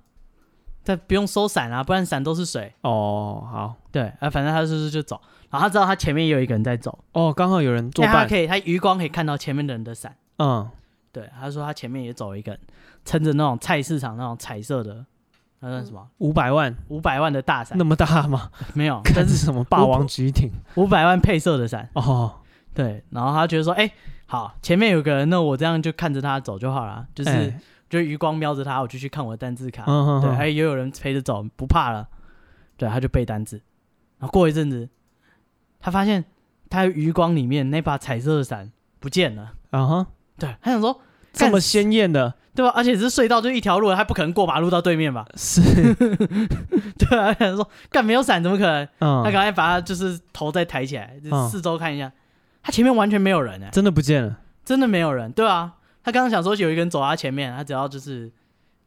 B: 但不用收伞啊，不然伞都是水。
A: 哦，好，
B: 对，啊，反正他就是就走，然后他知道他前面也有一个人在走，
A: 哦，刚好有人作
B: 因为他
A: 伴，
B: 可以，他余光可以看到前面的人的伞。
A: 嗯，
B: 对，他说他前面也走一个人，撑着那种菜市场那种彩色的，那算什么
A: 五百万
B: 五百万的大伞
A: 那？么大吗？
B: 没有，
A: 看
B: 但
A: 是
B: 是
A: 什么霸王举鼎？
B: 五百万配色的伞。
A: 哦，
B: 对，然后他觉得说，哎、好，前面有个人，那我这样就看着他走就好了，就是、
A: 哎
B: 就余光瞄着他，我就去看我的单字卡。
A: 嗯
B: 对，
A: 嗯，
B: 还
A: 嗯
B: 也有人陪着走，不怕了。对，他就背单字，然后过一阵子，他发现他余光里面那把彩色的伞不见了。
A: 啊哈，
B: 对，他想说，
A: 这么
B: 干
A: 鲜艳的，
B: 对啊吧？而且是隧道，就一条路，他不可能过马路到对面吧？
A: 是，
B: 对啊，想说干没有伞怎么可能？
A: 嗯
B: 他，赶快把他就是头再抬起来，
A: 嗯
B: 就四周看一下，他前面完全没有人哎、
A: 真的不见了，
B: 真的没有人。对啊，他刚刚想说有一个人走他前面，他只要就是，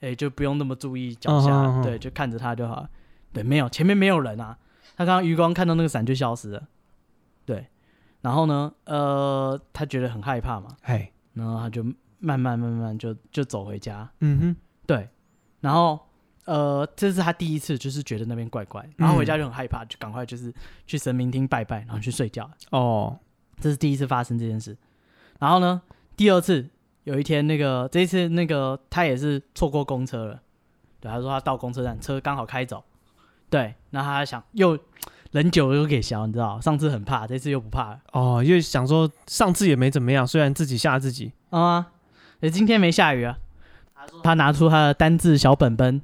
B: 哎、就不用那么注意脚下，
A: 嗯嗯嗯
B: 对，就看着他就好了。对，没有，前面没有人啊。他刚刚余光看到那个伞就消失了。对，然后呢，呃，他觉得很害怕嘛，
A: 哎，
B: 然后他就慢慢慢慢就就走回家。
A: 嗯哼。
B: 对，然后呃，这是他第一次就是觉得那边怪怪，然后回家就很害怕，就赶快就是去神明厅拜拜，然后去睡觉。
A: 哦，
B: 这是第一次发生这件事。然后呢，第二次有一天那个这一次那个他也是错过公车了，对，他说他到公车站，车刚好开走，对，然后他想又人久了又给小，你知道，上次很怕，这次又不怕了，
A: 哦，因为想说上次也没怎么样，虽然自己吓自己。
B: 嗯啊，诶今天没下雨啊。他说他拿出他的单字小本本，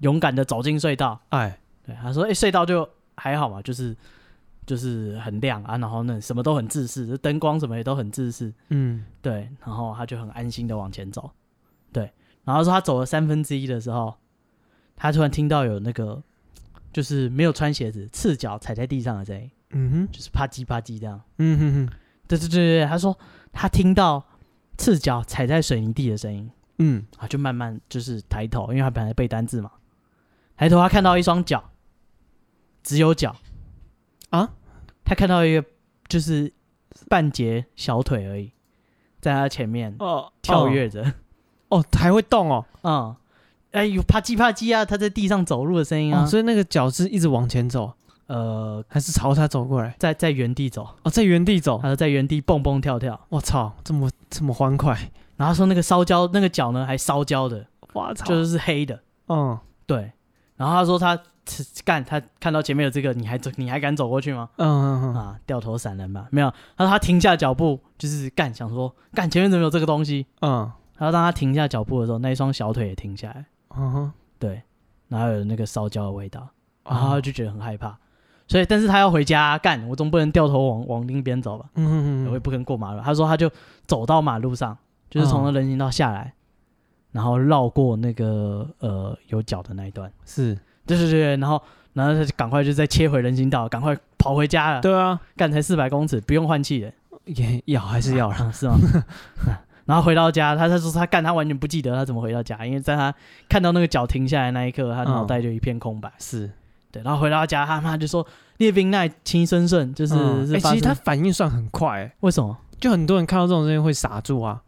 B: 勇敢的走进隧道。
A: 哎，
B: 对，他说：“哎、隧道就还好嘛，就是就是很亮啊，然后呢什么都很自私，这灯光什么也都很自私。
A: 嗯，
B: 对，然后他就很安心的往前走。对，然后说他走了三分之一的时候，他突然听到有那个就是没有穿鞋子，赤脚踩在地上的声音，
A: 嗯哼，
B: 就是啪叽啪叽这样。
A: 嗯哼哼，
B: 对对对对，他说他听到赤脚踩在水泥地的声音，
A: 嗯，
B: 啊，就慢慢就是抬头，因为他本来背单字嘛，抬头他看到一双脚，只有脚
A: 啊，
B: 他看到一个就是半截小腿而已，在他前面
A: 哦，
B: 跳跃着，
A: 哦，哦，还会动哦，
B: 嗯，哎、有啪叽啪叽啊，他在地上走路的声音啊，
A: 哦哦，所以那个脚是一直往前走，
B: 呃，
A: 还是朝他走过来？
B: 在在原地走，
A: 哦，在原地走
B: 他，就在原地蹦蹦跳跳，
A: 我操，这么这么欢快，
B: 然后说那个烧焦那个脚呢还烧焦的，
A: 我操，
B: 就是黑的，
A: 嗯
B: 对。然后他说他干他看到前面有这个，你还走你还敢走过去吗？
A: 嗯嗯嗯
B: 啊，掉头闪人吧，没有。他说他停下脚步，就是干想说干前面怎么有这个东西？
A: 嗯
B: 然后当他停下脚步的时候，那一双小腿也停下来，
A: 嗯哼，
B: 对，然后有那个烧焦的味道，然后
A: 啊
B: 他就觉得很害怕。所以，但是他要回家干，我总不能掉头往往另一边走吧？
A: 嗯嗯
B: 我也
A: 嗯，
B: 不可能过马路。他说他就走到马路上，就是从那
A: 嗯
B: 人行道下来，然后绕过那个呃有脚的那一段，
A: 是，
B: 对对对，然后然后他就赶快就再切回人行道，赶快跑回家了。
A: 对啊，
B: 干才四百公尺，不用换气的，
A: 也要还是要啦，
B: 啊是吗？ 啊然后回到家，他他说他干，他完全不记得他怎么回到家，因为在他看到那个脚停下来那一刻，他脑袋就一片空白。
A: 是，
B: 对，然后回到家，他妈就说列宾奈亲孙顺，就是、
A: 嗯
B: 是
A: 哎，
B: 发
A: 其实
B: 生
A: 他反应算很快，哎
B: 为什么
A: 就很多人看到这种事情会傻住啊，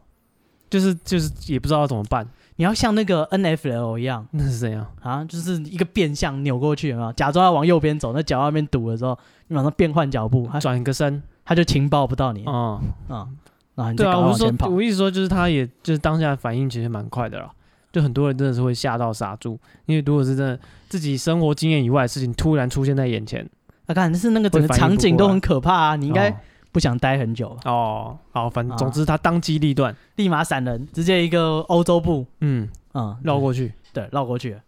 A: 就是就是也不知道怎么办，
B: 你要像那个 NFL 一样？
A: 那是怎样？
B: 啊，就是一个变向扭过去，有没有？假装要往右边走，那脚外面堵的时候，你马上变换脚步，他
A: 转个身，
B: 他就情报不到你啊、
A: 哦，
B: 嗯然后你再
A: 对啊，
B: 赶快
A: 我
B: 往
A: 是
B: 前跑
A: 说，。我意思说就是他也就是当下反应其实蛮快的啦，就很多人真的是会吓到傻住，因为如果是真的自己生活经验以外的事情突然出现在眼前，
B: 啊，看，但是那个整
A: 会
B: 个
A: 反应
B: 场
A: 不
B: 景
A: 过
B: 都
A: 来
B: 很可怕啊，你应该
A: 哦
B: 不想待很久吧？
A: 哦，好，反
B: 啊
A: 正总之他当机立断，
B: 立马闪人，直接一个欧洲步，
A: 嗯，
B: 嗯，
A: 绕过去，
B: 对绕过去了，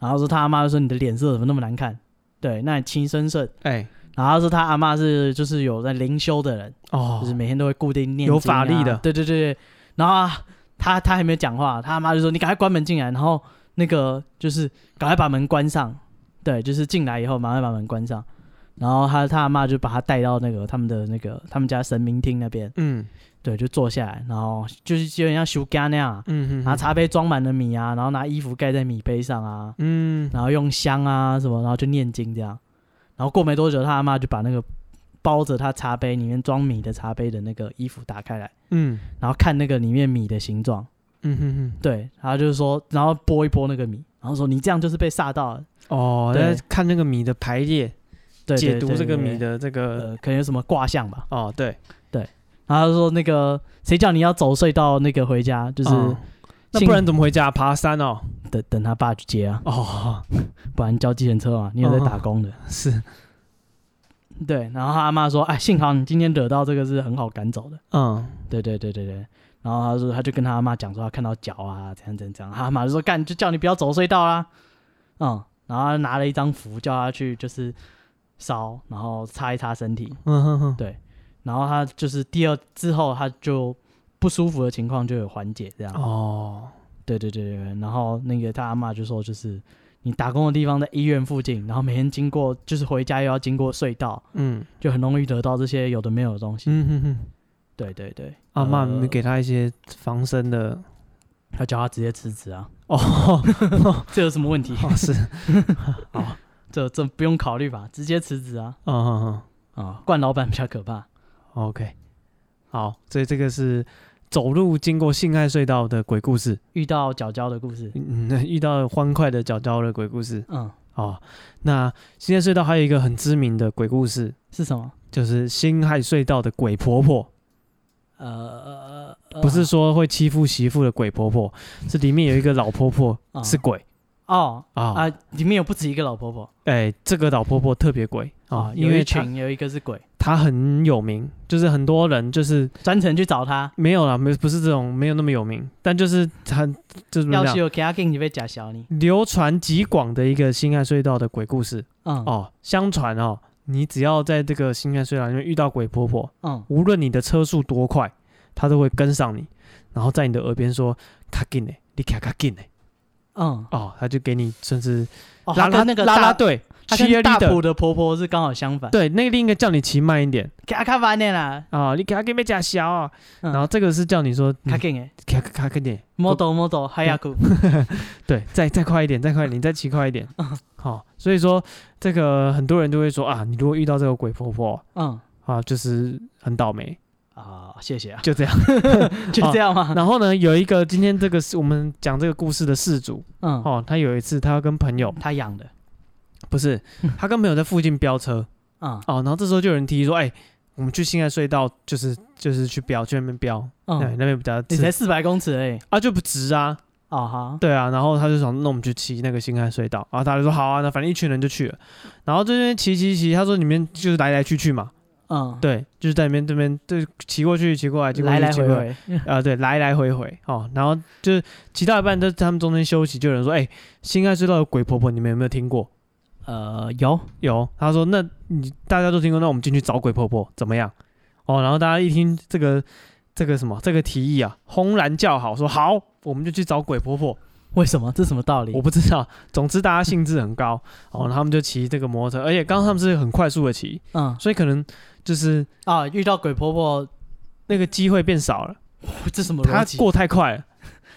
B: 然后说他阿妈就说你的脸色怎么那么难看？对，那你亲生顺，
A: 哎，
B: 然后他说他阿妈是就是有在灵修的人，
A: 哦
B: 就是每天都会固定念、啊
A: 有法力的
B: 对对对。对然后、啊、他他还没有讲话，他妈就说：“你赶快关门进来。”然后那个就是赶快把门关上，对，就是进来以后马上把门关上。然后他他妈就把他带到那个他们的那个他们家神明厅那边，
A: 嗯
B: 对，就坐下来，然后就是有点像修干那样啊，
A: 嗯嗯，
B: 拿茶杯装满了米啊，然后拿衣服盖在米杯上啊，
A: 嗯，
B: 然后用香啊什么，然后就念经这样。然后过没多久，他阿妈就把那个包着他茶杯里面装米的茶杯的那个衣服打开来，
A: 嗯
B: 然后看那个里面米的形状。
A: 嗯嗯嗯，
B: 对，然后就是说，然后拨一拨那个米，然后说你这样就是被煞到了。
A: 哦，
B: 对
A: 在看那个米的排列，
B: 对，
A: 解
B: 对
A: 读这个米，
B: 对对
A: 的这个，
B: 呃，可能有什么卦象吧。
A: 哦，对，
B: 然后他说那个谁叫你要走隧道那个回家，就是、
A: 哦那不然怎么回家？爬山 哦，
B: 等等他爸去接啊，
A: 哦，
B: 不然叫计程车嘛，你有在
A: 嗯
B: 打工的。
A: 是，
B: 对，然后他阿妈说，哎，幸好你今天惹到这个是很好赶走的。
A: 嗯。
B: 对对对对对。然后他说，他就跟他阿妈讲说，他看到脚啊，怎样怎样怎样。他阿妈就说，干，就叫你不要走隧道啦。嗯，然后他拿了一张符，叫他去就是烧，然后擦一擦身体。
A: 嗯哼哼，
B: 然后他就是第二之后，他就不舒服的情况就有缓解，这样。
A: 哦，
B: 对对对对对。然后那个他阿妈就说，就是你打工的地方在医院附近，然后每天经过，就是回家又要经过隧道，
A: 嗯
B: 就很容易得到这些有的没有的东西。
A: 嗯哼哼，
B: 对对对，
A: 阿啊妈
B: 呃
A: 给他一些防身的，
B: 他叫他直接辞职啊，
A: 哦，
B: 这有什么问题？
A: 哦是，
B: 这这不用考虑吧，直接辞职啊！
A: 嗯哼哼
B: 啊，惯老板比较可怕。
A: 哦，OK，好，所以这个是走路经过性爱隧道的鬼故事，
B: 遇到角角的故事，
A: 嗯，那遇到欢快的脚脚的鬼故事
B: 嗯，
A: 哦，那性爱隧道还有一个很知名的鬼故事，
B: 是什么？
A: 就是辛亥隧道的鬼婆婆，
B: 呃，呃
A: 不是说会欺负媳妇的鬼婆婆，是里面有一个老婆婆
B: 啊
A: 是鬼
B: 哦
A: 嗯啊，
B: 啊，里面有不止一个老婆婆
A: 哎，这个老婆婆特别鬼啊
B: 啊，，
A: 因
B: 有
A: 为
B: 一
A: 她
B: 群有一个是鬼，
A: 她很有名，就是很多人就是
B: 专程去找他，
A: 没有啦，没不是这种没有那么有名，但就是很就是怎么
B: 要
A: 讲
B: 是有给他给你被假小你，
A: 流传极广的一个新爱隧道的鬼故事
B: 嗯
A: 哦。相传哦，你只要在这个新爱隧道里面遇到鬼婆婆，
B: 嗯，
A: 无论你的车速多快，她都会跟上你，然后在你的耳边说“卡紧呢，你卡卡紧呢
B: 嗯”，，
A: 哦，她就给你甚至
B: 哦，
A: 拉
B: 他
A: 拉
B: 跟那个
A: 拉拉
B: 大，
A: 队
B: 他跟大
A: ，cheerleader
B: 埔的婆婆是刚好相反，
A: 对，那个另一个叫你骑慢一点
B: 给他看完的啦，
A: 啊、你给他给没假小啊，
B: 嗯
A: 然后这个是叫你说
B: 他
A: 你
B: 给哎
A: 卡卡卡点，
B: ，model model 哈雅库，
A: 对，再再快一点，再快一点，你再骑快一点。
B: 嗯
A: 好、所以说这个很多人就会说啊，你如果遇到这个鬼婆婆
B: 嗯
A: 啊，就是很倒霉，
B: 啊，谢谢啊，哦
A: 就这样。
B: 就这样吗？
A: 然后呢，有一个今天这个是我们讲这个故事的事主
B: 嗯，
A: 哦，他有一次他要跟朋友
B: 他养的，
A: 不是，他跟朋友在附近飙车
B: 嗯
A: 哦，然后这时候就有人提议说，哎、我们去新爱隧道，就是就是去飙，去那边飙，对，
B: 嗯，
A: 那边比较
B: 你
A: 刺
B: 才四百公尺而已，
A: 啊就不值啊，
B: 哦哈，
A: 对啊，然后他就想，那我们去骑那个新海隧道，然后大家就说好啊，那反正一群人就去了，然后这边骑骑骑，他说里面就是来来去去嘛，
B: 嗯，
A: 对，就是在里面这边对骑过去骑过来，骑过
B: 来
A: 去
B: 来
A: 骑
B: 回
A: 过来
B: 回，
A: 啊、对，来来回回哦，然后就是骑到一半，就是他们中间休息，就有人说，哎、新海隧道的鬼婆婆，你们有没有听过？
B: 呃，有，
A: 有，他说那你大家都听过，那我们进去找鬼婆婆怎么样？哦，然后大家一听这个这个什么这个提议啊，轰然叫好，说好，我们就去找鬼婆婆。
B: 为什么？这什么道理
A: 我？不知道，总之大家兴致很高哦，然后他们就骑这个摩托车，而且刚刚他们是很快速的骑，
B: 嗯，
A: 所以可能就是
B: 啊，遇到鬼婆婆，
A: 那个机会变少了，
B: 这什么
A: 他
B: 逻辑？
A: 过太快了，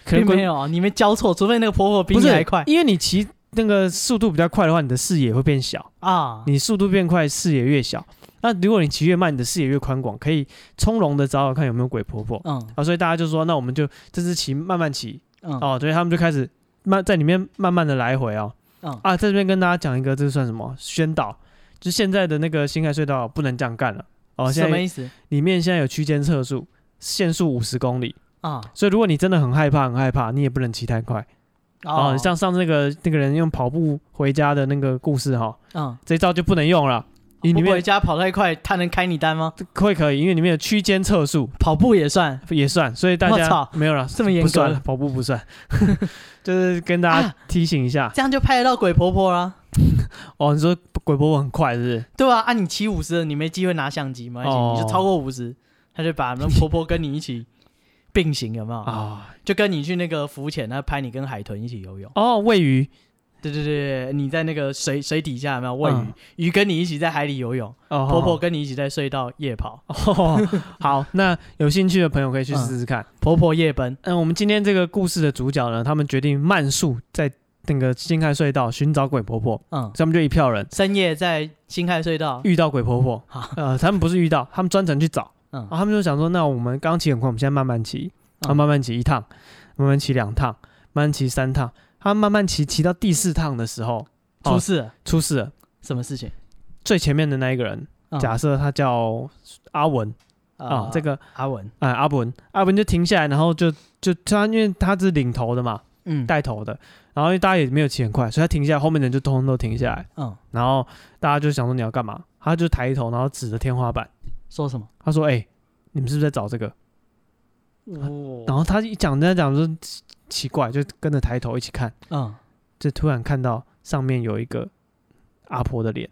A: 可能
B: 并
A: 过
B: 没有啊，你们交错，除非那个婆婆比
A: 不
B: 你
A: 是
B: 还快
A: 因为你骑那个速度比较快的话，你的视野会变小，
B: 啊。
A: 你速度变快，视野越小。那如果你骑越慢，你的视野越宽广，可以从容的找找看有没有鬼婆婆
B: 嗯
A: 啊。所以大家就说，那我们就这次骑慢慢骑
B: 嗯
A: 哦，所以他们就开始慢在里面慢慢的来回哦。
B: 嗯
A: 啊，在这边跟大家讲一个，这算什么宣导？就现在的那个新海隧道不能这样干了哦，
B: 什
A: 现
B: 么
A: 在
B: 意思
A: 里面现在有区间测速，限速五十公里，
B: 啊？
A: 所以如果你真的很害怕很害怕，你也不能骑太快哦。像上次那个那个人用跑步回家的那个故事哈、
B: 嗯，
A: 这一招就不能用了，你里
B: 哦不回
A: 面
B: 家跑太快，他能开你单吗？
A: 会可以，因为里面有区间测速
B: 跑步也算
A: 也算，所以大
B: 我
A: 家
B: 操
A: 没有了，
B: 这么严
A: 不
B: 格
A: 算了，跑步不算， 就是跟大家
B: 啊
A: 提醒一下、
B: 这样就拍得到鬼婆婆啦，
A: 哦。你说鬼婆婆很快是不是？
B: 对吧、啊？你骑五十，你没机会拿相机嘛，
A: 哦
B: 你就超过五十，他就把那婆婆跟你一起 并行，有没有？
A: 啊
B: 就跟你去那个浮潜，那拍你跟海豚一起游泳。
A: 哦，喂鱼
B: 对对对，对你在那个水水底下有没有喂鱼？
A: 嗯
B: 鱼跟你一起在海里游泳，
A: 哦，
B: 婆婆跟你一起在隧道夜 跑，
A: 哦，好，那有兴趣的朋友可以去试试看。
B: 婆婆夜奔。
A: 嗯，我们今天这个故事的主角呢，他们决定慢速在那个新开隧道寻找鬼婆婆，
B: 嗯，
A: 所以他们就一票人
B: 深夜在新开隧道，嗯
A: 遇到鬼婆婆
B: 好。
A: 呃，他们不是遇到，他们专程去找。
B: 嗯
A: 然后他们就想说，那我们刚骑很快，我们现在慢慢骑，
B: 嗯
A: 啊，慢慢骑一趟，慢慢骑两趟，慢慢骑三趟。他慢慢骑，骑到第四趟的时候哦
B: 出事了，
A: 出事了。
B: 什么事情？
A: 最前面的那一个人，
B: 嗯
A: 假设他叫阿文啊、
B: 呃
A: 这个
B: 阿文，
A: 啊、阿文，阿文就停下来，然后就就他因为他是领头的嘛，
B: 嗯
A: 带头的，然后因为大家也没有骑很快，所以他停下来，后面的人就通通都停下来，
B: 嗯，
A: 然后大家就想说你要干嘛，他就抬头，然后指着天花板，
B: 说什么？
A: 他说：“哎、你们是不是在找这个
B: 哦？”
A: 然后他一讲在讲说奇怪，就跟着抬头一起看，
B: 嗯，
A: 就突然看到上面有一个阿婆的脸，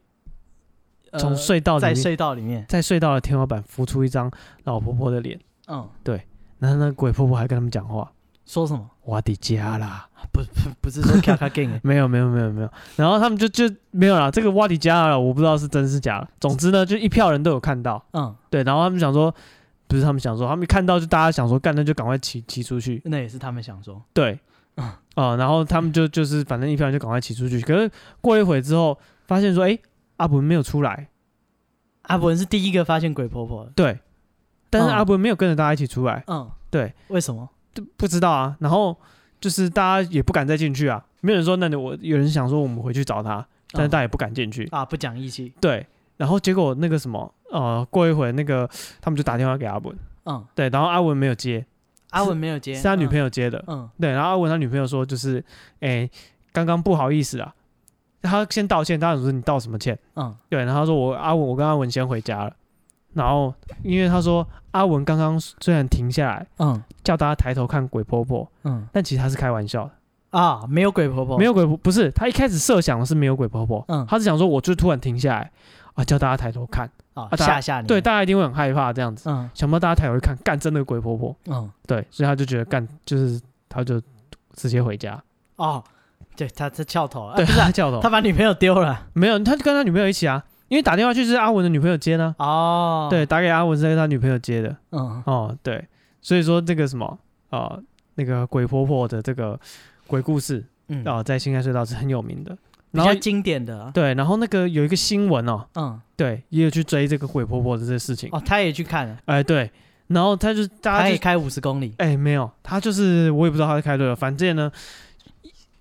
B: 呃
A: 从隧道里
B: 在
A: 面、
B: 隧道里面，
A: 在隧道的天花板浮出一张老婆婆的脸，
B: 嗯，
A: 然后那个鬼婆婆还跟他们讲话
B: 说什么？：“
A: 我的家啦。”
B: 不不不是说卡卡 g a m
A: 没有没有没有没有，然后他们就就没有啦，这个挖迪加了，我不知道是真是假了。总之呢，就一票人都有看到，
B: 嗯，
A: 对，然后他们想说，不是他们想说，他们一看到就大家想说，干那就赶快骑骑出去，
B: 那也是他们想说，
A: 对，
B: 嗯
A: 哦、然后他们就就是反正一票人就赶快骑出去，可是过一会之后发现说，哎，阿文没有出来，
B: 阿文是第一个发现鬼婆婆的，
A: 对，但是
B: 嗯
A: 阿文没有跟着大家一起出来，
B: 嗯，
A: 对，
B: 为什么？
A: 就不知道啊，然后就是大家也不敢再进去啊，没有人说，那你我有人想说我们回去找他，但是大
B: 嗯
A: 家也不敢进去，
B: 啊不讲义气，
A: 对，然后结果那个什么，呃，过一会那个他们就打电话给阿文，
B: 嗯，
A: 对，然后阿文没有接，
B: 阿文没有接，
A: 是他女朋
B: 友，
A: 友接的，
B: 嗯，
A: 对，然后阿文他女朋友说就是，哎，刚刚不好意思啊，他先道歉，他想说你道什么歉？
B: 嗯
A: 对，然后他说我阿文，我跟阿文先回家了，然后因为他说阿文刚刚虽然停下来
B: 嗯
A: 叫大家抬头看鬼婆婆，
B: 嗯，
A: 但其实他是开玩笑的，
B: 啊，没有鬼婆婆，
A: 没
B: 有，
A: 有鬼婆，不是他一开始设想的是没有鬼婆婆，
B: 嗯
A: 他是想说我就突然停下来啊，叫大家抬头看，
B: 啊
A: 啊大
B: 吓吓你，
A: 对，，大家一定会很害怕这样子。
B: 嗯
A: 想不到大家抬头一看，干，真的有鬼婆婆。
B: 嗯，
A: 对，所以他就觉得干，就是他就直接回家。
B: 哦，对他他翘头，啊
A: 对，
B: 不是啊
A: 他叫头
B: 他，把女朋友丢了，
A: 没有，他就跟他女朋友一起啊，因为打电话去是阿文的女朋友接呢。
B: 哦，
A: 对，，打给阿文是跟他女朋友接的。
B: 嗯
A: 哦，对，所以说这个什么啊，呃那个鬼婆婆的这个鬼故事
B: 嗯，
A: 啊、在新海隧道是很有名的。
B: 比
A: 然后
B: 较经典的啊，
A: 对，然后那个有一个新闻哦，
B: 嗯，
A: 对，也有去追这个鬼婆婆的这个事情。
B: 哦，他也去看了，
A: 哎，对，然后他就大
B: 他
A: 家
B: 也
A: 就
B: 开五十公里，
A: 哎，没有，他就是我也不知道他是开对了，反正呢，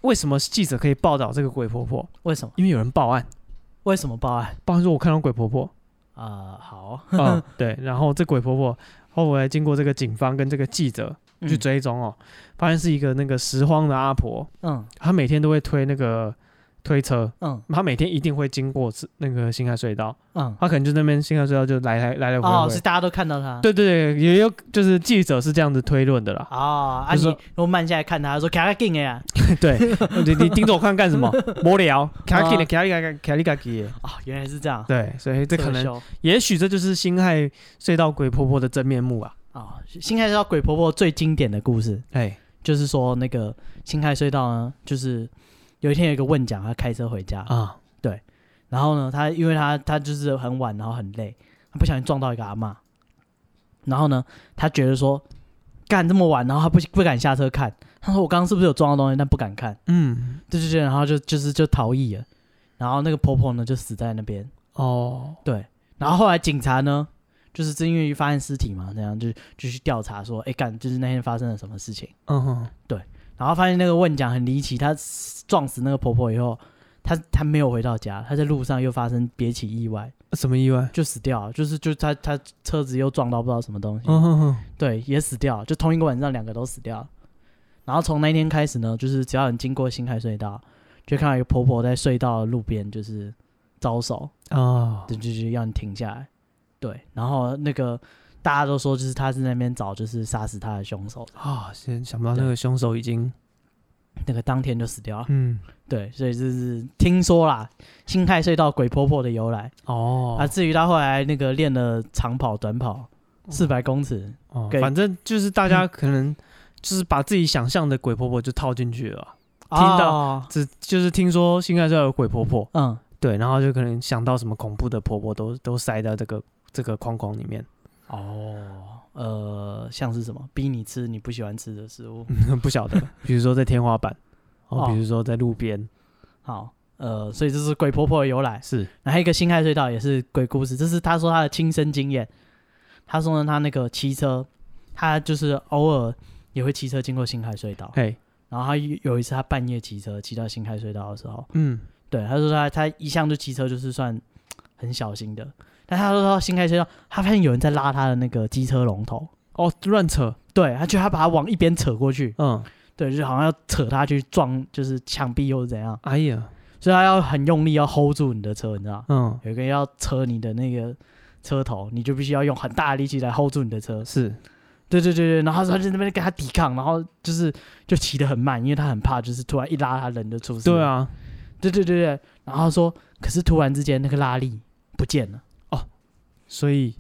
A: 为什么记者可以报道这个鬼婆婆？
B: 为什么？
A: 因为有人报案，
B: 为什么报案？
A: 报案说我看到鬼婆 婆，
B: 啊、好，
A: 啊、对，然后这鬼婆婆后来经过这个警方跟这个记者
B: 嗯
A: 去追踪哦，发现是一个那个拾荒的阿婆，
B: 嗯
A: 她每天都会推那个推车，
B: 嗯
A: 她每天一定会经过是那个新海隧道，
B: 嗯，
A: 她可能就那边新海隧道就来来来来回
B: 哦，
A: 回，
B: 是大家都看到他，，
A: 对对对，也有就是记者是这样子推论的啦，
B: 哦，啊
A: 就是
B: 你
A: 说
B: 我慢下来看他，说卡卡劲哎，
A: 对，你你盯着我看干什 么？无聊，卡卡
B: 啊
A: 卡里卡卡里卡基，
B: 啊、哦，原来是这样，
A: 对，所以这可能
B: 么秀
A: 也许这就是辛亥隧道鬼婆婆的真面目啊，
B: 哦，新海隧道鬼婆婆最经典的故事
A: 哎，
B: 就是说那个新海隧道呢，就是有一天有一个问讲，他开车回家，
A: 啊，
B: 然后呢，他因为他他就是很晚，然后很累，他不小心撞到一个阿嬷，然后呢，他觉得说干这么晚，然后他不不敢下车看，他说我刚刚是不是有撞到东西，但不敢看，
A: 嗯，
B: 对对对，然后就就是就逃逸了，然后那个婆婆呢就死在那边，
A: 哦，
B: 然后后来警察呢，就是正因为发现尸体嘛，这样就就去调查说，哎干，就是那天发生了什么事情，
A: 嗯哼，
B: 然后发现那个问讲很离奇，他撞死那个婆婆以后，他他没有回到家，他在路上又发生别起意外。
A: 什么意外？
B: 就死掉了，就是就他他车子又撞到不知道什么东西，
A: 嗯哼哼，
B: 对，也死掉了，就同一个晚上两个都死掉了。然后从那一天开始呢，就是只要你经过新海隧道，就看到一个婆婆在隧道的路边就是招手，
A: 哦，
B: 就就就要你停下来，对。然后那个大家都说就是她是那边找就是杀死她的凶手，
A: 啊，先想不到那个凶手已经，
B: 那个当天就死掉了，
A: 嗯，
B: 对。所以就是听说啦，新海隧道鬼婆婆的由来、
A: 哦，
B: 啊。至于她后来那个练了长跑、短跑。四百公尺，
A: 哦
B: 给
A: 反正就是大家可能就是把自己想象的鬼婆婆就套进去了啊，听到
B: 哦
A: 只就是听说新开始有鬼婆婆，
B: 嗯，
A: 对，然后就可能想到什么恐怖的婆婆都都塞到这个这个框框里面，
B: 哦，呃，像是什么逼你吃你不喜欢吃的食物，
A: 不晓得，比如说在天花板，哦，
B: 哦
A: 比如说在路边，
B: 好，呃，所以这是鬼婆婆的由来。
A: 是，
B: 然后一个辛亥隧道也是鬼故事，这是他说他的亲身经验。他说呢，他那个骑车，他就是偶尔也会骑车经过辛亥隧道。
A: 嘿，
B: 然后他有有一次他半夜骑车骑到辛亥隧道的时候，
A: 嗯，
B: 对，他说他他一向就骑车就是算很小心的，但他说到辛亥隧道，他发现有人在拉他的那个机车龙头，
A: 哦，乱扯，
B: 对，他觉得他把他往一边扯过去，
A: 嗯，
B: 对，就好像要扯他去撞，就是墙壁又是怎样，
A: 哎呀，
B: 所以他要很用力要 hold 住你的车，你知道，
A: 嗯，
B: 有一个要扯你的那个车头，你就必须要用很大的力气来 hold 住你的车。
A: 是，
B: 对对对对，然后他就在那边跟他抵抗，然后就是就骑得很慢，因为他很怕，就是突然一拉他人就出事。
A: 对，啊，
B: 对对对对，然后他说，可是突然之间那个拉力不见了，
A: 所以，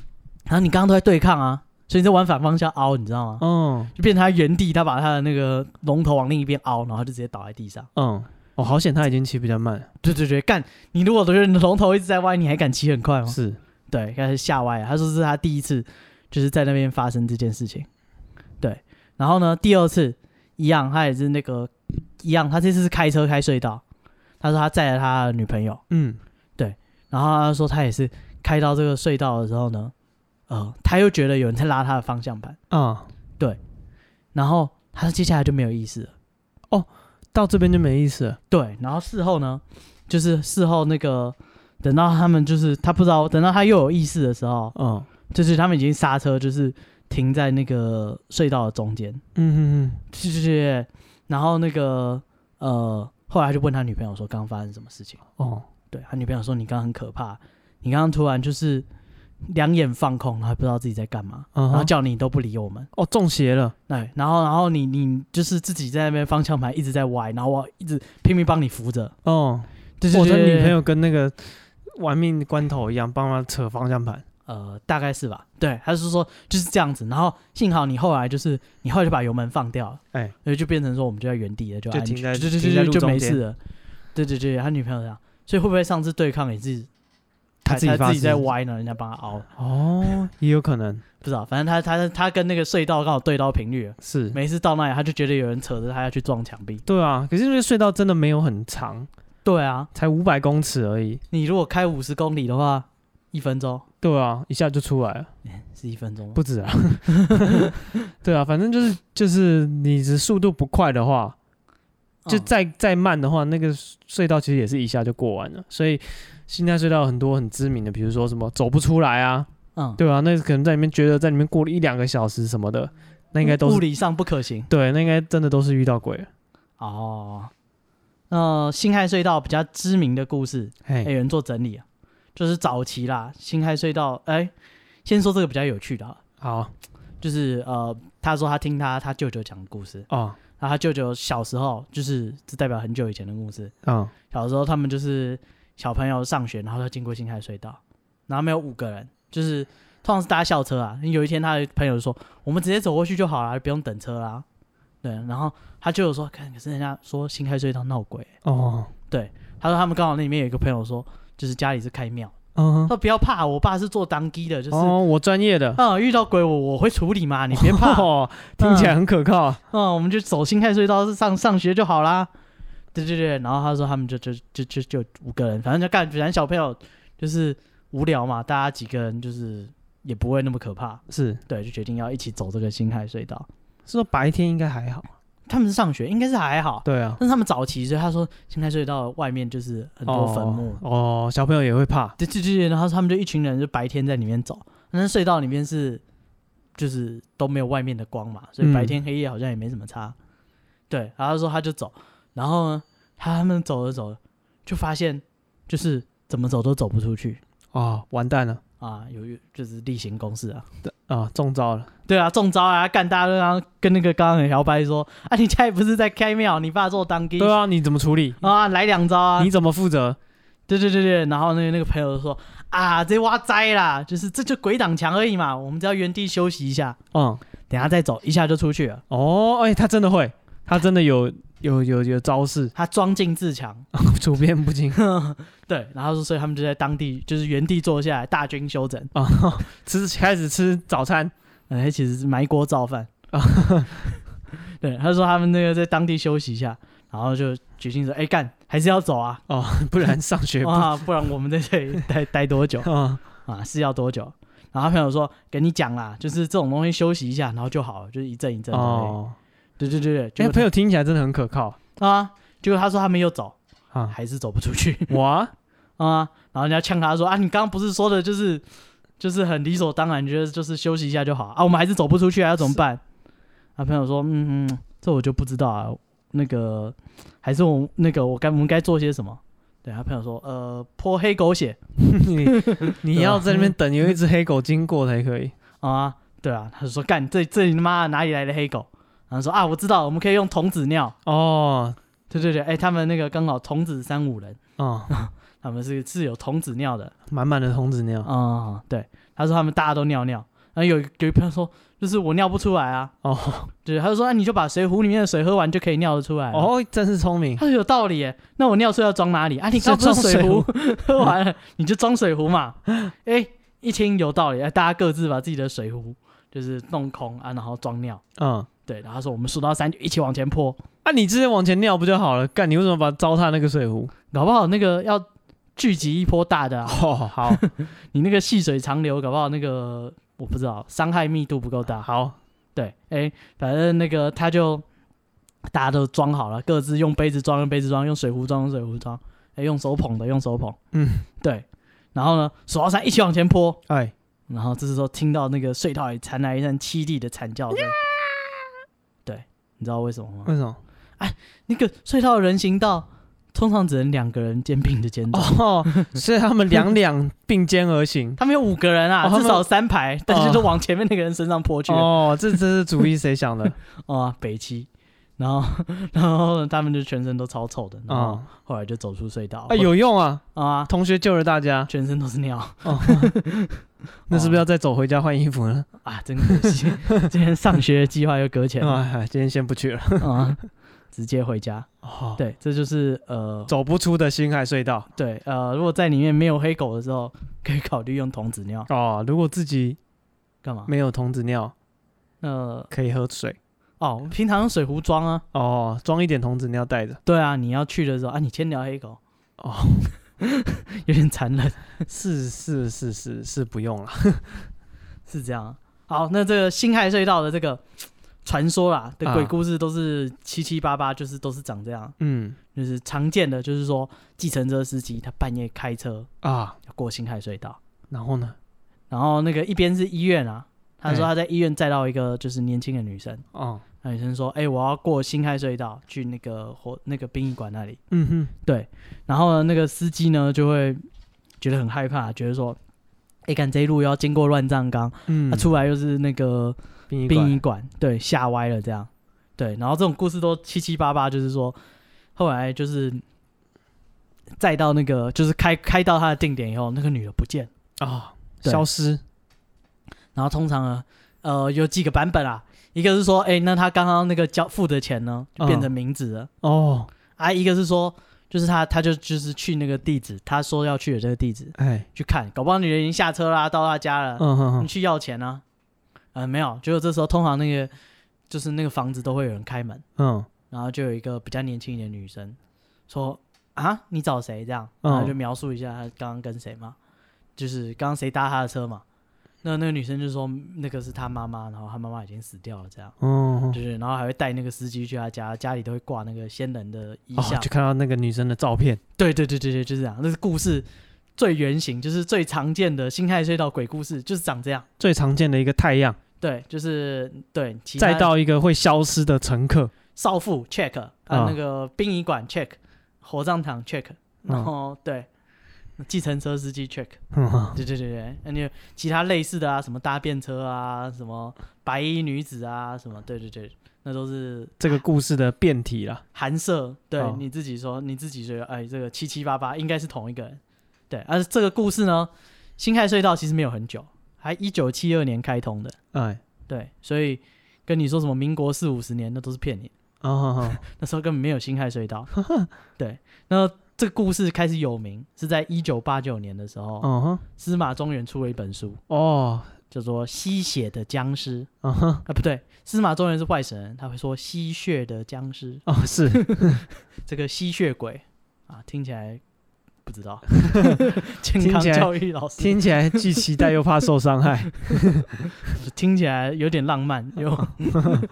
B: 然后你刚刚都在对抗啊，所以你在往反方向凹，你知道吗？
A: 嗯
B: 就变成他原地，他把他的那个龙头往另一边凹，然后就直接倒在地上。
A: 嗯，哦，好险，他已经骑比较慢，
B: 对对对，干！你如果觉得你的龙头一直在歪，你还敢骑很快吗？
A: 是，
B: 对，开始吓歪了。他说这是他第一次，就是在那边发生这件事情。对，然后呢，第二次一样，他也是那个一样，他这次是开车开隧道。他说他载了他的女朋友，
A: 嗯，
B: 然后他说他也是开到这个隧道的时候呢，呃，他又觉得有人在拉他的方向盘，
A: 啊，
B: 然后他接下来就没有意识了。
A: 到这边就没意思了，
B: 对，然后事后呢，就是事后那个等到他们就是他不知道，等到他又有意识的时候，
A: 嗯
B: 就是他们已经刹车，就是停在那个隧道的中间，
A: 嗯嗯
B: 对对对，然后那个呃，后来他就问他女朋友说刚刚发生什么事情，
A: 嗯，哦，
B: 对他女朋友说你刚刚很可怕，你刚刚突然就是两眼放空，然后不知道自己在干嘛，
A: 嗯
B: 然后
A: 哼，
B: 叫你都不理我们，
A: 哦，中邪了，
B: 对，然后然后你你就是自己在那边方向盘一直在歪，然后我一直拼命帮你扶着，
A: 哦，
B: 对对
A: 我
B: 对
A: 的
B: 对
A: 女
B: 对
A: 朋友跟那个玩命关头一样，帮他扯方向盘，
B: 呃，大概是吧。对，他是说就是这样子。然后幸好你后来就是你后来就把油门放掉了，
A: 哎
B: 所以就变成说我们就在原地了，就
A: 就
B: 安全
A: 停在
B: 对对
A: 停在
B: 对
A: 路
B: 对，就
A: 中
B: 没
A: 间
B: 事了。对对对，他女朋友这样，所以会不会上次对抗也是
A: 他自己发
B: 自己在
A: 生
B: 歪呢？人家帮他凹，
A: 哦，也有可能
B: 不知道。反正他他他跟那个隧道刚好对到频率了，
A: 是，
B: 每一次到那里他就觉得有人扯着他要去撞墙壁。
A: 对啊，可是因为隧道真的没有很长，
B: 对啊，
A: 才五百公尺而已，
B: 你如果开五十公里的话，一分钟
A: 对啊，一下就出来了，
B: 是一分钟吗，
A: 不止啊， 对啊，反正就是就是你只速度不快的话，就
B: 嗯
A: 再再慢的话，那个隧道其实也是一下就过完了。所以新泰隧道很多很知名的，比如说什么走不出来啊，
B: 嗯，
A: 对吧、那可能在里面觉得在里面过了一两个小时什么的，那应该都
B: 物
A: 是
B: 理上不可行
A: 对，那应该真的都是遇到鬼了。
B: 哦。那辛亥隧道比较知名的故事，
A: 哎、
B: 有人做整理啊，就是早期啦，辛亥隧道，哎、先说这个比较有趣的、啊，
A: 好
B: 就是呃，他说他听他他舅舅讲的故事，
A: 哦，
B: 然后他舅舅小时候就是这代表很久以前的故事，
A: 嗯，
B: 小时候他们就是小朋友上学，然后他经过辛亥隧道，然后他们有五个人，就是通常是搭校车啊。有一天他的朋友就说：“我们直接走过去就好了，不用等车啦。”对，然后他舅舅说：“看，可是人家说辛亥隧道闹鬼。
A: 哦，”
B: 他说他们刚好那里面有一个朋友说，就是家里是开庙，
A: 嗯
B: 他，说不要怕，我爸是做当机的，就是。
A: 哦，我专业 的，
B: 嗯，遇到鬼我我会处理嘛，你别怕。
A: 哦，听起来很可靠啊。
B: 嗯，我们就走辛亥隧道上上学就好啦。对对对，然后他说他们就就就就就五个人，反正就干，反正小朋友就是无聊嘛，大家几个人就是也不会那么可怕，
A: 是
B: 对，就决定要一起走这个辛亥隧道。
A: 是说白天应该还好，
B: 他们是上学，应该是还好，
A: 对啊，
B: 但是他们早期，所以他说辛亥隧道外面就是很多坟墓，
A: 哦，哦小朋友也会怕，
B: 对对对，对然后他们就一群人就白天在里面走，但是隧道里面是就是都没有外面的光嘛，所以
A: 嗯
B: 白天黑夜好像也没什么差。对，然后他说他就走，然后呢，他们走着走着就发现就是怎么走都走不出去
A: 哦，完蛋了，
B: 啊，有一就是例行公事啊，
A: 啊，中招了，
B: 对啊，中招啊，干大家都刚跟那个刚刚很摇摆说啊，你家里不是在开庙，你爸做当地
A: 对啊，你怎么处理？
B: 啊，来两招啊，
A: 你怎么负责？
B: 对对对对，然后那个那个朋友就说啊，这挖灾啦，就是这就鬼挡墙而已嘛，我们只要原地休息一下，
A: 嗯，
B: 等一下再走，一下就出去了。
A: 哦，哎、他真的会，他真的有有有有招式，
B: 他装进自强，
A: 处变不惊
B: 对，然后说所以他们就在当地就是原地坐下来大军休整，
A: 啊，吃开始吃早餐
B: 哎，其实是埋锅造饭
A: 啊
B: 啊。对，他说他们那个在当地休息一下，然后就决定说，哎干，还是要走啊，
A: 哦，不然上 学不嗯啊
B: 啊，不然我们在这里待 待多久啊？是要多久？然后他朋友说，跟你讲啦，就是这种东西休息一下，然后就好了，就是一阵一阵的而已。
A: 哦，
B: 对对对对，
A: 哎、
B: 结果
A: 朋友听起来真的很可靠
B: 他啊，结果他说他们又走，
A: 啊，
B: 还是走不出去
A: 哇，
B: 啊，然后人家呛他说啊，你刚刚不是说的就是就是很理所当然，觉得就是休息一下就好啊，我们还是走不出去啊，要怎么办？啊，朋友说，嗯嗯，这我就不知道啊，那个还是我那个我该我们该做些什么？对他朋友说，呃，泼黑狗血
A: 你你要在那边等有一只黑狗经过才可以，
B: 啊，对啊，他就说干这这你他妈哪里来的黑狗？然后说啊，我知道，我们可以用童子尿。
A: 哦，
B: 对对对，哎，他们那个刚好童子三五人，
A: 哦，
B: 他们是是有童子尿的，
A: 满满的童子尿，
B: 啊、对，他说他们大家都尿尿，然后有一有一朋友说，就是我尿不出来啊，
A: 哦
B: 对，他就说，那、啊你就把水壶里面的水喝完就可以尿得出来。，啊
A: 哦，真是聪明，
B: 他说有道理耶，那我尿出来要装哪里啊？ 你
A: 是
B: 刚不是
A: 装水
B: 水壶 喝完了，你就装水壶嘛。哎，一听有道理，哎，大家各自把自己的水壶就是弄空啊，然后装尿。
A: 嗯。
B: 对，然后他说我们数到三就一起往前泼，
A: 啊，你直接往前尿不就好了？干，你为什么把糟蹋那个水壶？
B: 搞不好那个要聚集一波大的、啊，
A: 哦，好
B: 你那个细水长流，搞不好那个我不知道伤害密度不够大。
A: 好，
B: 对，哎、反正那个他就大家都装好了，各自用杯子装，用杯子装，用水壶装，用水壶装，哎、用手捧的，用手捧，
A: 嗯，
B: 对。然后呢，数到三，一起往前泼。
A: 哎，
B: 然后这时候听到那个隧道里传来一阵凄厉的惨叫声。对，你知道为什么吗？
A: 为什么？
B: 那个隧道的人行道通常只能两个人肩并着肩走，
A: 哦，所以他们两两并肩而行。
B: 他们有五个人啊，
A: 哦他们
B: 至少三排，但是都往前面那个人身上泼去了。
A: 哦，这这是主意谁想 的？
B: 哦，北七，然后然后他们就全身都超臭的，然后
A: 啊
B: 后来就走出隧道，
A: 啊，有用啊！
B: 啊，
A: 同学救了大家，
B: 全身都是尿
A: 哦， 那是不是
B: 哦
A: 要再走回家换衣服呢？
B: 啊，真可惜， 今天上学的计划又搁 浅了
A: 哎，今天先不去了。
B: 啊，直接回家。
A: 哦，
B: 对，这就是呃，
A: 走不出的星海隧道。
B: 对呃，如果在里面没有黑狗的时候，可以考虑用童子 尿
A: 哦，如果自己
B: 干嘛？
A: 没有童子尿，
B: 呃，
A: 可以喝水。
B: 哦，我们平常用水壶装啊。
A: 哦，装一点童子尿带着。
B: 对啊，你要去的时候啊，你先聊黑狗，
A: 哦，
B: 有点残忍，
A: 是是是是是，不用了。
B: 是这样啊。好，那这个辛亥隧道的这个传说啦的
A: 啊
B: 鬼故事都是七七八八，就是都是长这样，
A: 嗯
B: 就是常见的就是说计程车司机他半夜开车
A: 啊，
B: 要过新海隧道，
A: 然后呢？
B: 然后那个一边是医院啊，他说
A: 哎
B: 他在医院载到一个就是年轻的女生，
A: 哦，
B: 那女生说：“哎、我要过新海隧道去那个火那个殡仪馆那里。
A: 嗯哼，”
B: 然后呢，那个司机呢就会觉得很害怕，觉得说：“哎、赶这一路又要经过乱葬岗，
A: 嗯
B: 他、出来又是那个
A: 殡仪
B: 殡仪
A: 馆，
B: 馆，对，吓歪了这样。”对，然后这种故事都七七八八，就是说后来就是再到那个就是开开到他的定点以后，那个女的不见了。
A: 啊，
B: 对
A: 消失，
B: 然后通常呢，呃，有几个版本啊，一个是说，哎、那他刚刚那个交付的钱呢，就变成名字了、
A: 哦，
B: 啊；一个是说，就是他他就就是去那个地址，他说要去的这个地址
A: 哎，
B: 去看，搞不好女人已经下车啦，到他家了，
A: 嗯哼
B: 你
A: 哼，
B: 去要钱啊？呃，没有，结果这时候通常那个就是那个房子都会有人开门，
A: 嗯，
B: 然后就有一个比较年轻一点的女生说啊，你找谁这样？
A: 嗯
B: 然后就描述一下她刚刚跟谁嘛，就是刚刚谁搭她的车嘛。那那个女生就说那个是她妈妈，然后她妈妈已经死掉了这样，
A: 哦，
B: 就是然后还会带那个司机去她家，家里都会挂那个先人的遗
A: 哦
B: 像。，
A: 就看到那个女生的照片，
B: 对对对对对，就是这样。那是故事最原型，就是最常见的辛亥隧道鬼故事，就是长这样。
A: 最常见的一个太阳，
B: 对，就是对，其他
A: 再到一个会消失的乘客，
B: 少妇 check 啊、
A: 啊
B: 那个殡仪馆 check，火葬场 check，然后、对，计程车司机 check，
A: 嗯哼，
B: 对对对对，那你有其他类似的啊，什么搭便车啊，什么白衣女子啊，什么对对对，那都是
A: 这个故事的变体啦，
B: 寒舍，对、
A: 哦
B: 你自己说，你自己觉得哎，这个七七八八应该是同一个人，对，而这个故事呢，辛亥隧道其实没有很久，还一九七二年开通的，
A: 哎，
B: 对，所以跟你说什么民国四五十年，那都是骗你。
A: 哦，哼
B: 那时候根本没有辛亥 隧道。对，那这个故事开始有名是在一九八九年的时候，
A: 嗯哼，
B: 司马中原出了一本书，
A: 哦，
B: 叫做《吸血的僵尸》
A: 嗯哼，
B: 啊，不对，司马中原是外省人，他会说吸血的僵尸，
A: 哦，是，
B: 这个吸血鬼啊，听起来不 知道，
A: 听起来
B: 健康教育老师
A: 听起来既期待又怕受伤害，
B: 听起来有点浪漫， 有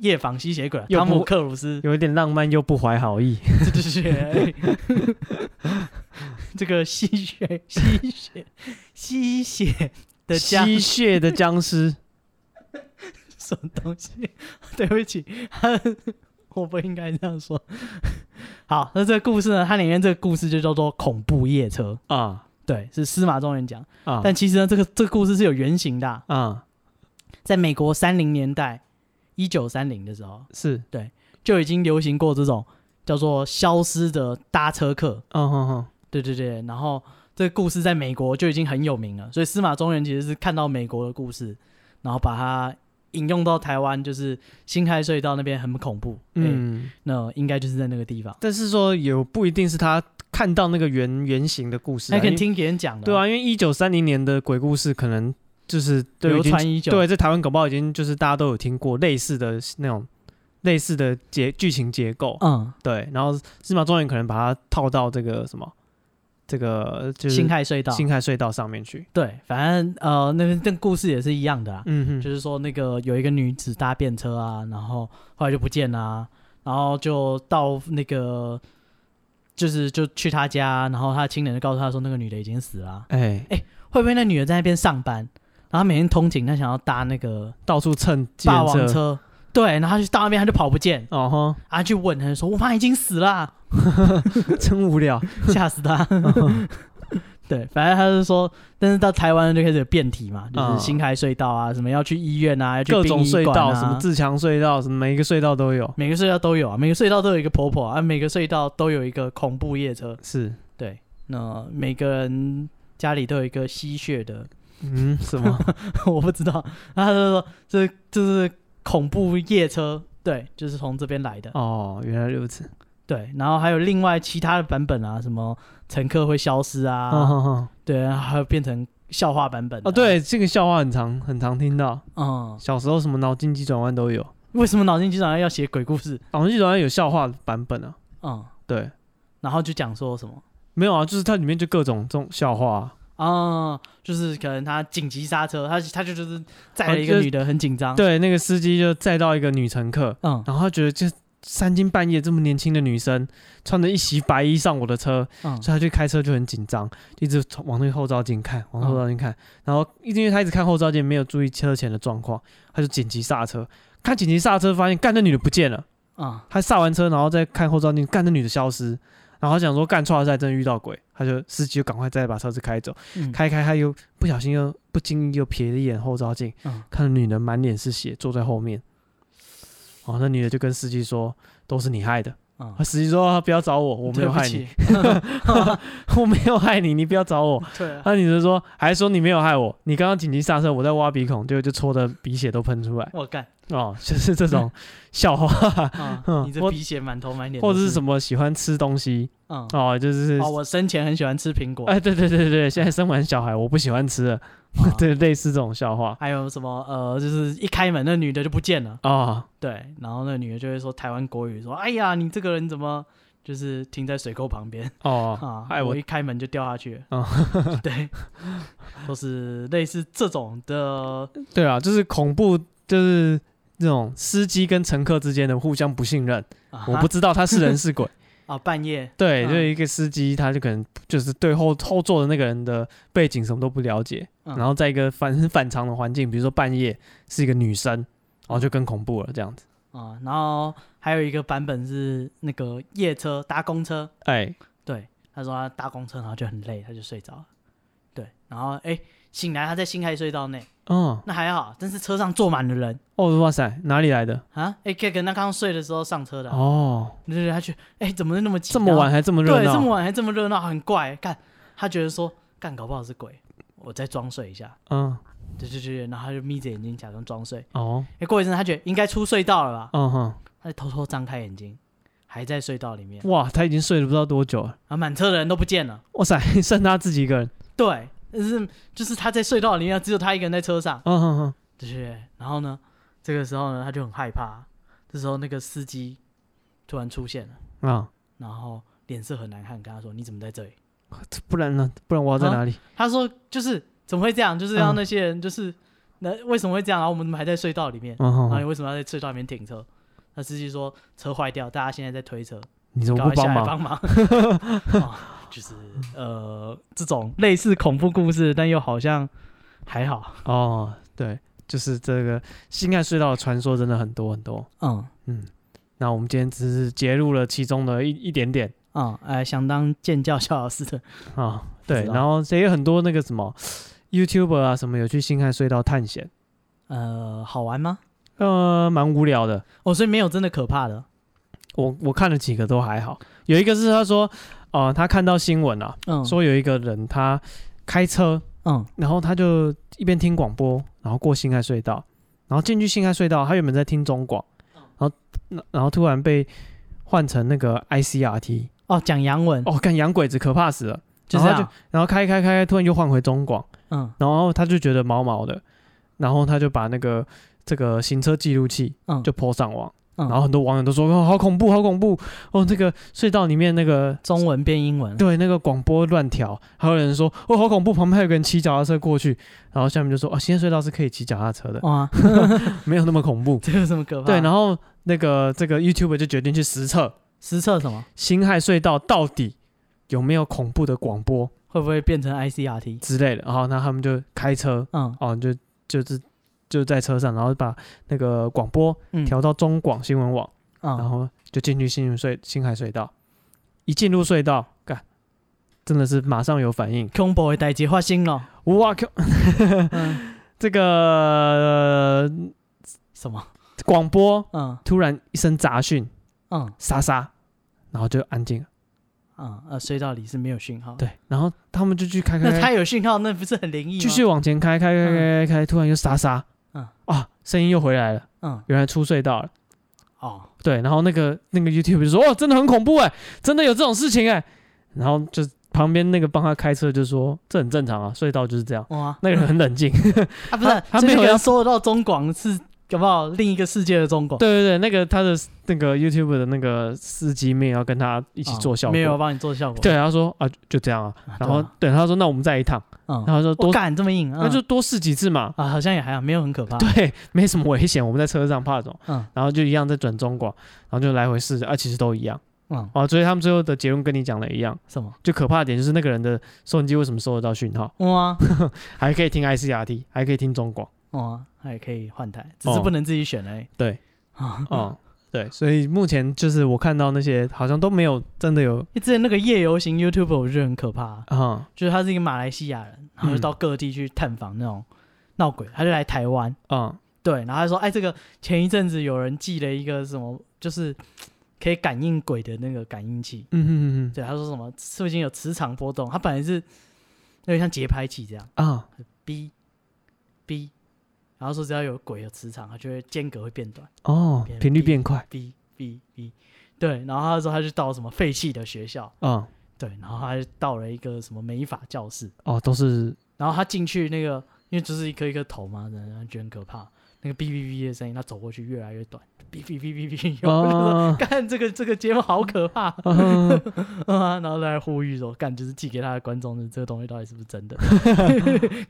B: 夜访吸血鬼，
A: 又
B: 汤姆
A: 不
B: 克鲁斯
A: 有一点浪漫又不怀好意，
B: 这血，这个吸血、吸血、吸血的僵
A: 吸血的僵尸，
B: 什么东西？对不起，我不应该这样说。好，那这个故事呢？它里面这个故事就叫做《恐怖夜车》，
A: 啊
B: 对，是司马中原讲。
A: 啊，
B: 但其实呢，这个这个故事是有原型的啊、
A: 啊
B: 在美国三零年代，一九三零的时候
A: 是，
B: 就已经流行过这种叫做“消失的搭车客”。
A: 嗯哼哼，
B: 对对对，然后这个故事在美国就已经很有名了，所以司马中原其实是看到美国的故事，然后把它引用到台湾，就是新开隧道那边很恐怖，嗯，
A: 嗯。
B: 那应该就是在那个地方，
A: 但是说有不一定是他看到那个原原型的故事、啊，
B: 还可以
A: 因为
B: 听别人讲的，
A: 对，啊，因为一九三零年的鬼故事可能就是都
B: 流
A: 已经
B: 传已久，
A: 对在台湾搞不好已经就是大家都有听过类似的那种类似的结剧情结构，
B: 嗯，
A: 对，然后司马中原可能把它套到这个什么这个就是
B: 新开隧道，
A: 辛亥隧道上面去，
B: 对，反正呃那边那故事也是一样的啊，
A: 嗯哼，
B: 就是说那个有一个女子搭便车啊，然后后来就不见啦、然后就到那个就是就去她家，然后她的亲人就告诉她说那个女的已经死了啊、
A: 哎，
B: 会不会那女的在那边上班，然后她每天通勤，她想要搭那个
A: 到处蹭计
B: 霸
A: 程
B: 王车？对，然后她就到那边，她就跑不见，
A: 哦吼，
B: 啊，她去问，她就说我妈已经死了啊，
A: 真无聊，
B: 吓死 她。对，反正她就说，但是到台湾就开始有变体嘛，就是
A: 嗯
B: 新开隧道啊，什么要去医院啊，要去
A: 各种
B: 殡仪
A: 隧
B: 馆
A: 道，
B: 啊
A: 什么自强隧道，什么每一个隧道都有，
B: 每个隧道都有啊，每个隧道都有一个婆婆啊，每个隧道都有一个恐怖夜车。
A: 是，
B: 对，那每个人家里都有一个吸血的，
A: 嗯，什么
B: 我不知道。然后他就说这这是恐怖夜车，对，就是从这边来的。
A: 哦，原来如此，
B: 对，然后还有另外其他的版本啊，什么乘客会消失啊，
A: 哦吼吼。
B: 对，然后还有变成笑话版本、啊
A: 哦，，对，这个笑话很常很常听到，
B: 嗯，
A: 小时候什么脑筋急转弯都有，
B: 为什么脑筋急转弯要写鬼故事？
A: 脑筋急转弯有笑话版本啊，
B: 嗯，
A: 对，
B: 然后就讲说什么？
A: 没有啊，就是它里面就各种这种笑话啊、
B: 啊、就是可能他紧急刹车，他他就就是载了一
A: 哦
B: 个
A: 就
B: 女的，很紧张。，
A: 对，那个司机就载到一个女乘客，
B: 嗯
A: 然后他觉得这三更半夜这么年轻的女生穿着一袭白衣上我的车，
B: 嗯
A: 所以他去开车就很紧张，就一直从往那个后照镜看，往后照镜看，然后一直因为他一直看后照镜，没有注意车前的状况，他就紧急刹车，看紧急刹车发现干那女的不见了，
B: 啊
A: 他刹完车然后再看后照镜，干那女的消失，然后他想说干错了，赛真的遇到鬼，他就司机就赶快再把车子开走，
B: 嗯
A: 开开他又不小心又不经意又瞥了一眼后照镜，
B: 嗯
A: 看到女人满脸是血坐在后面，哦，那女的就跟司机说都是你害的，
B: 嗯
A: 啊，司机说不要找我，我没有害你。， 我没有害你，你不要找 我。
B: 对不起对啊，
A: 那女的说，还说你没有害我，你刚刚紧急刹车，我在挖鼻孔，结果就戳的鼻血都喷出 来。
B: 我干
A: 哦，就是这种笑 话，
B: 啊
A: 嗯！
B: 你这
A: 我
B: 鼻血满头满脸，
A: 或者是什
B: 么？
A: 么喜欢吃东西
B: 嗯，
A: 哦，就是
B: 哦，我生前很喜欢吃苹果，
A: 哎，对对对对对，现在生完小孩我不喜欢吃了，
B: 啊
A: 对，类似这种笑话
B: 还有什么呃，就是一开门那女的就不见了，
A: 哦，
B: 对，然后那女的就会说台湾国语，说哎呀，你这个人怎么就是停在水沟旁边
A: 哦
B: 啊，？
A: 害
B: 我
A: 我
B: 一开门就掉下去了，
A: 哦
B: 对，都是类似这种的，
A: 对啊，就是恐怖，就是这种司机跟乘客之间的互相不信任，
B: 啊
A: 我不知道他是人是鬼。
B: 啊半夜
A: 对，
B: 嗯
A: 就一个司机，他就可能就是对后后座的那个人的背景什么都不了解，
B: 嗯
A: 然后在一个反 很反常的环境，比如说半夜是一个女生，然后就更恐怖了这样子。
B: 啊，然后还有一个版本是那个夜车搭公车，
A: 哎，
B: 对，他说他搭公车然后就很累，他就睡着了，对，然后哎醒来他在新海隧道内，
A: 哦，
B: 那还好，但是车上坐满了人。
A: 哦，哇塞，哪里来的？
B: 啊，哎、可以跟他刚睡的时候上车的啊、
A: 哦，
B: 对对对，他觉得，哎、怎么那么挤？
A: 这么晚，还这么热
B: 对，这么
A: 闹？
B: 晚还这么热闹，很怪。干，他觉得说，干，搞不好是鬼，我再装睡一下。
A: 嗯，
B: 对对对，对然后他就眯着眼睛假装装睡。
A: 哦，
B: 哎、过一阵他觉得应该出隧道了吧，
A: 嗯哼，
B: 他就偷偷张开眼睛，还在隧道里面，
A: 哇，他已经睡了不知道多久了。
B: 啊，满车的人都不见了。
A: 哇塞， 剩他自己一个人。
B: 对，但是就是他在隧道里面，只有他一个人在车上。
A: 嗯哼哼，
B: 对对对，然后呢，这个时候呢，他就很害怕。这时候那个司机突然出现了，
A: 啊、
B: 然后脸色很难看，跟他说：“你怎么在这里？”
A: 不然呢？不然我要在哪里？
B: 他说就是怎么会这样？就是
A: 嗯
B: 让那些人就是那、为什么会这样？然后我们怎么还在隧道里面？
A: 嗯哼
B: 然后你
A: 哼，
B: 为什么要在隧道里面停车？那司机说车坏掉，大家现在在推车，
A: 你怎么
B: 赶
A: 不
B: 快下
A: 帮
B: 来
A: 忙？
B: 帮 忙。哦就是呃这种类似恐怖故事，但又好像还好。
A: 哦，对，就是这个新爱隧道的传说真的很多很多。
B: 嗯
A: 那我们今天只是揭露了其中的一一点点
B: 嗯，哎，想当建教小老师的，
A: 啊，
B: 不知
A: 对，
B: 道
A: 然后也有很多那个什么 YouTuber 啊什么有去辛亥隧道探险，
B: 呃，好玩吗？
A: 呃，蛮无聊的。
B: 哦，所以没有真的可怕的。
A: 我我看了几个都还好，有一个是他说，呃，他看到新闻啊，
B: 嗯，
A: 说有一个人他开车，
B: 嗯
A: 然后他就一边听广播，然后过辛亥隧道，然后进去辛亥隧道，他原本在听中广，
B: 嗯
A: 然后那然后突然被换成那个 ICRT，
B: 哦，讲洋文，
A: 哦，干洋鬼子可怕死了。
B: 就
A: 然
B: 这
A: 后他
B: 样。
A: 然后开一开开开，突然又换回中广，
B: 嗯
A: 然后他就觉得毛毛的，然后他就把那个这个行车记录器
B: 嗯，
A: 就泼上网，
B: 嗯
A: 然后很多网友都说哦好恐怖，好恐怖哦，那个隧道里面那个
B: 中文变英文。
A: 对那个广播乱调，还有人说哦好恐怖，旁边还有个人骑脚踏车过去，然后下面就说哦新在隧道是可以骑脚踏车的，
B: 哇，
A: 没有那么恐怖。
B: 这有什么可怕？
A: 对，然后那个这个 YouTube 就决定去实测
B: 实测什么？
A: 辛亥隧道到底有没有恐怖的广播
B: 会不会变成 ICRT？
A: 之类的，然后那他们就开车
B: 嗯
A: 哦，就就是就在车上，然后把那个广播
B: 嗯，
A: 调到中广新闻网，然
B: 嗯，
A: 后就进去新隧新海隧道。一进入隧道，干，真的是马上有反应。
B: 恐怖的代志发生了。
A: 哇靠！
B: 嗯，
A: 这个、呃
B: 什么？
A: 广播
B: 嗯
A: 突然一声杂讯，
B: 嗯
A: 沙沙，然后就安静了。
B: 嗯，呃，隧道里是没有讯号。，
A: 对，然后他们就去开开
B: 那
A: 开，
B: 它有讯号，那不是很灵异吗？
A: 继续往前开开开开开开，突然又沙沙，
B: 嗯
A: 啊，声音又回来了，
B: 嗯，
A: 原来出隧道了。
B: 哦，
A: 对，然后那个那个 YouTube 就说：“哦，真的很恐怖哎，真的有这种事情哎。”然后就旁边那个帮他开车就说：“这很正常啊，隧道就是这样。
B: 哇”，
A: 那个人很冷静，
B: 啊，不是，
A: 他
B: 所以
A: 没有
B: 那个
A: 要
B: 人说到中广是搞不好另一个世界的中国。
A: 对对对，那个他的那个 YouTube 的那个司机妹要跟他一
B: 一
A: 起做效果，
B: 哦没有帮你做效果。
A: 对，他说啊就就这样啊，
B: 啊，
A: 然后
B: 对啊
A: 对他说那我们再一趟，
B: 嗯，
A: 然后说
B: 我
A: 多
B: 敢这么硬，嗯
A: 那
B: 那
A: 就多试几次嘛，
B: 啊，好像也还好，没有很可怕。
A: 对，没什么危险，我们在车上怕什么？
B: 嗯
A: 然后就一样在转中广，然后就来回试啊，其实都一样
B: 嗯，
A: 啊，所以他们最后的结论跟你讲的一样，
B: 什么？
A: 就可怕的点就是那个人的收音机为什么收得到讯号，
B: 哇
A: 还可以听 ICRT，还可以听中广，
B: 哇，还可以换台，只是
A: 哦
B: 不能自己选哎。
A: 对
B: 啊，
A: 嗯，对，所以目前就是我看到那些好像都没有真的有
B: 之前那个夜游行 YouTube 我觉得很可怕，
A: 啊
B: 就是他是一个马来西亚人，然后就到各地去探访那种闹鬼，他就来台湾，
A: 啊
B: 对，然后他说，哎，这个前一阵子有人寄了一个什么，就是可以感应鬼的那个感应器，
A: 嗯嗯嗯
B: 对，他说什么附近有磁场波动，他本来是有点像节拍器这样
A: 嗯啊
B: 哔哔，然后说只要有鬼有磁场，它就会间隔会变短
A: 哦，频率变快
B: 哔哔哔，对，然后他说他就到什么废弃的学校，
A: 啊
B: 对，然后他就到了一个什么美法教室。
A: 哦，都是
B: 然后他进去那个，因为就是一颗一颗头嘛，然后觉得很可怕。那个哔哔哔的声音，他走过去越来越短，哔哔哔哔哔， 我就说
A: 啊
B: 干这个这个节目好可怕啊、
A: 啊
B: 然后在呼吁说，干就是寄给他的观众的这个东西到底是不是真的，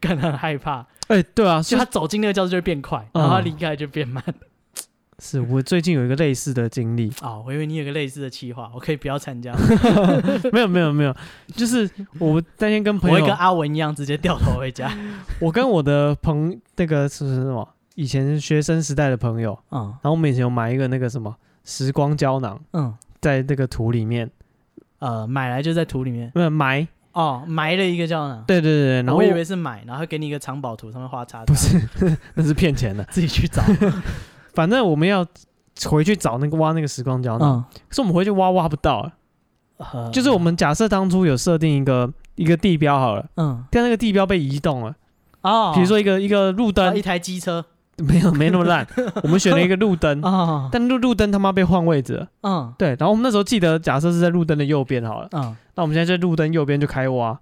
B: 干他很害怕，
A: 哎、对啊，就
B: 所以他走进那个教室就会嗯变快，然后他离开就变慢。
A: 是我最近有一个类似的经 历，
B: 啊、我以为你有个类似的计划，我可以不要参 加，
A: 没有没有没有，就是我那天跟
B: 我
A: 朋
B: 会
A: 友，
B: 跟
A: 我
B: 阿文一啊样直接掉头回家。
A: 跟我的朋那个是什么，以前学生时代的朋友，
B: 嗯
A: 然后我们以前有买一个那个什么时光胶囊，
B: 嗯，
A: 在那个土里面，
B: 呃，买来就在土里面
A: 没有埋，
B: 哦，埋了一个胶囊。
A: 对对对对，然后
B: 我以为是买，然后给你一个藏宝图，上面画叉叉，
A: 不是，那是骗钱的，
B: 自己去找。
A: 反正我们要回去找那个挖那个时光胶囊，
B: 嗯，
A: 可是我们回去挖挖不到、
B: 呃
A: 就是我们假设当初有设定一个一个地标好了，
B: 嗯
A: 但那个地标被移动了，
B: 哦，
A: 比如说一个一个路
B: 啊
A: 灯
B: 一，台机车
A: 没有没那么烂，我们选了一个路灯，
B: 啊，
A: 但路路灯他妈被换位置了。
B: 嗯
A: 对，然后我们那时候记得，假设是在路灯的右边好了，
B: 嗯，
A: 那我们现在在路灯右边就开挖，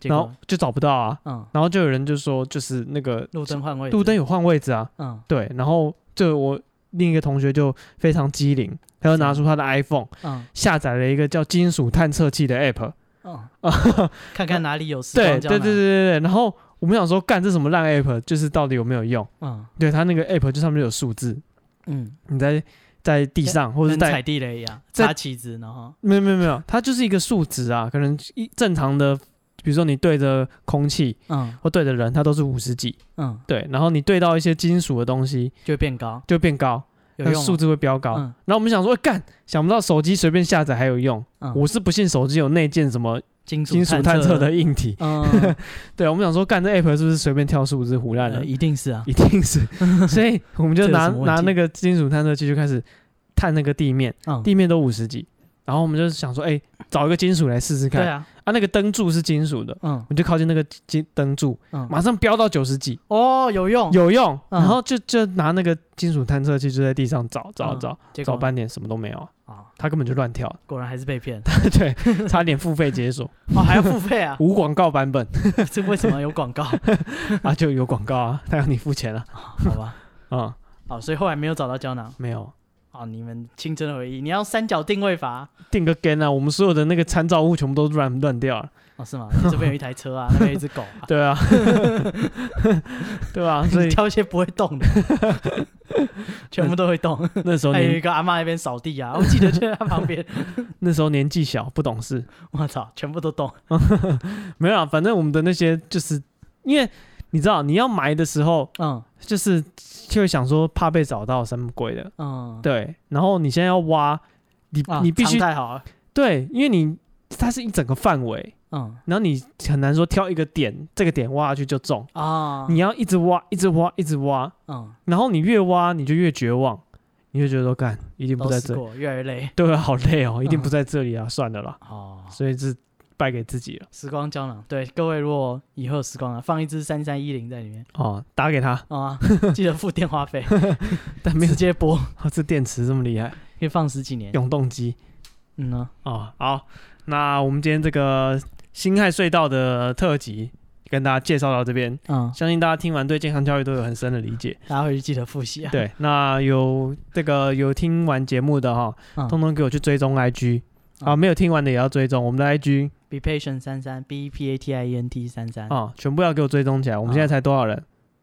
B: 结
A: 然后
B: 果
A: 就找不到啊，
B: 嗯，
A: 然后就有人就说，就是那个
B: 路灯换位，
A: 路灯，有换位置啊，
B: 嗯
A: 对，然后就我另一个同学就非常机灵，他就拿出他的 iPhone
B: 嗯
A: 下载了一个叫金属探测器的 app，
B: 嗯，
A: 啊，
B: 看看哪里有时
A: 对对
B: 光胶
A: 对对
B: 囊，
A: 对对，然后我们想说，干这什么烂 app，就是到底有没有用？
B: 嗯
A: 对，它那个 app 就上面有数字，
B: 嗯，
A: 你在在地上或者是
B: 跟踩
A: 在
B: 地雷一样，
A: 在
B: 插旗子，然后
A: 没有没有没有，它就是一个数值啊，可能一正常的，比如说你对着空气
B: 嗯
A: 或对着人，它都是五十几，
B: 嗯，
A: 对，然后你对到一些金属的东西
B: 就会变高，
A: 就变高，
B: 有
A: 那
B: 用吗
A: 数字会飙高。
B: 嗯
A: 然后我们想说，欸干、想不到手机随便下载还有用，
B: 嗯，
A: 我是不信手机有内建什么
B: 金
A: 金属探测
B: 测
A: 的，硬体。
B: 嗯，
A: 对，我们想说，干这 app 是不是随便跳数字胡乱
B: 呃
A: 的？
B: 一定是啊，
A: 一 定是， 所以我们就
B: 这有
A: 拿
B: 什么问
A: 拿
B: 题
A: 那个金属探测器就开始探那个地面，
B: 嗯，
A: 地面都五十几，然后我们就想说，哎、找一个金属来试试
B: 对
A: 看。
B: 啊，
A: 啊，那个灯柱是金属的，
B: 嗯
A: 我们就靠近那个金灯柱，
B: 嗯，
A: 马上飙到九十几，
B: 哦，有用，
A: 有用。
B: 嗯
A: 然后就就拿那个金属探测器就在地上找找
B: 嗯
A: 找，
B: 结
A: 找
B: 果
A: 半点什么都没有啊，
B: 啊，
A: 他根本就乱跳，
B: 果然还是被骗，
A: 对，差点付费解锁，，
B: 哦，还要付费啊
A: 无广告版本
B: 这为什么有广告？
A: 啊，就有广告啊，他要你付钱了
B: 好吧，
A: 啊、
B: 好，所以后来没有找到胶囊。
A: 没有
B: 啊，你们青春的回忆，你要三角定位法
A: 定个根啊，我们所有的那个参照物全部都乱乱掉了，
B: 哦，是吗？你这边有一台 车啊，那边有一只狗啊，
A: 对啊， 对啊，所
B: 你
A: 以
B: 挑一些不会动的， 全部都会动。
A: 那时候
B: 还有
A: 年
B: 一个阿妈那边扫地啊，我记得就在他旁边，
A: 那时候年纪小不懂事，
B: 我操，全部都动。
A: 没有啊，反正我们的那些就是因为你知道你要埋的时候，
B: 嗯
A: 就是就会想说怕被找到什么鬼的，
B: 嗯，
A: 对，然后你现在要挖，你、
B: 啊，
A: 你必须
B: 太好了。
A: 对，因为你它是一整个范围，
B: 嗯
A: 然后你很难说挑一个点，这个点挖下去就中，
B: 啊，
A: 你要一直挖，一直挖，一直挖，
B: 嗯
A: 然后你越挖你就越绝望，你就觉得说干一定不
B: 都
A: 在
B: 试
A: 这里，
B: 过，越来越累。
A: 对啊，好累哦，一定不在这里啊，算了啦，
B: 哦，
A: 所以是败给自己了
B: 时光胶囊，对各位，如果以后有时光囊，放一支三三一零在里面
A: 哦，打给他，
B: 啊，记得付电话费，
A: 但 没有哦
B: 直接播，
A: 这电池这么厉害，
B: 可以放十几年。
A: 永动机
B: 嗯呢，
A: 哦，好，那我们今天这个辛亥隧道的特辑。跟大家介绍到这边，
B: 嗯，
A: 相信大家听完对健康教育都有很深的理解。
B: 大家回去记得复习啊。
A: 对，那有这个有听完节目的哈，
B: 嗯
A: 通通给我去追踪 IG
B: 嗯
A: 啊，没有听完的也要追踪我们的 IG
B: ，be patient 三三，b e p a t i e n t 三三，
A: 啊，全部要给我追踪起来。我们现
B: 啊
A: 在才多少人？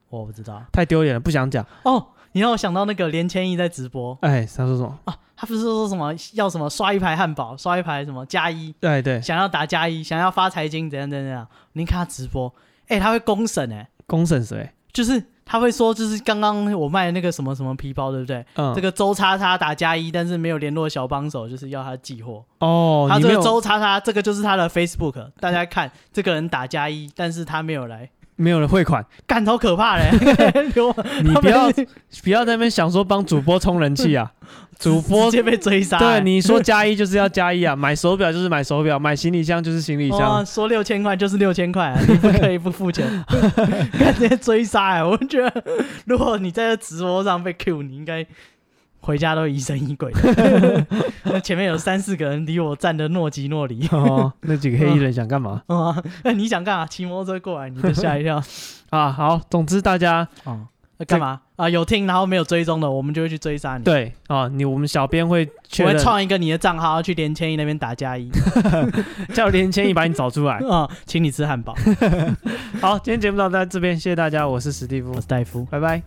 B: 我不知道。
A: 太丢脸了，不想讲。
B: 哦，你让我想到那个连千亿在直播
A: 哎，他说什么？
B: 啊，他不是说什么要什么刷一排汉堡，刷一排什么加一，
A: 哎， 对，
B: 想要打加一，想要发财经怎样怎样怎样。您看他直播，哎、他会公审哎、
A: 公审谁？
B: 就是他会说，就是刚刚我卖的那个什么什么皮包，对不对？
A: 嗯，
B: 这个周叉叉打加一，但是没有联络小帮手，就是要他寄货。
A: 哦，
B: 他
A: 你
B: 这
A: 没
B: 个
A: 有
B: 周叉叉，这个就是他的 Facebook，大家看这个人打加一，但是他没有来，
A: 没有人汇 款，
B: 干超可怕嘞！ 流氓
A: 你不要
B: 他们
A: 不要在那边想说帮主播充人气啊，主播
B: 直接被追杀、欸
A: 对你说加一就是要加一啊， 买手表就是买手表，买行李箱就是行李
B: 哇、
A: 箱
B: 哦，，说六千块就是六千块、啊， 你不可以不付钱，干直接追杀、欸！我觉得，如果你在这直播上被 Q，你应该回家都疑神疑 鬼的。那前面有三四个人离我站的若即若离。
A: 哦，那几个黑衣人想干嘛
B: 啊，那你想干嘛？骑摩托车过来，你就吓一跳。 嗯
A: 啊？好，总之大家
B: 哦，那干嘛啊？有听然后没有追踪的，我们就会去追杀你。，
A: 对啊，你我们小编会
B: 我
A: 确
B: 会
A: 认，
B: 创一个你的账号去连千亿那边 打加一
A: 叫连千亿把你找出来。
B: 啊，请你吃汉堡。
A: 好，今天节目到这边，谢谢大家，我是史蒂夫
B: 我，是戴夫。
A: 拜拜。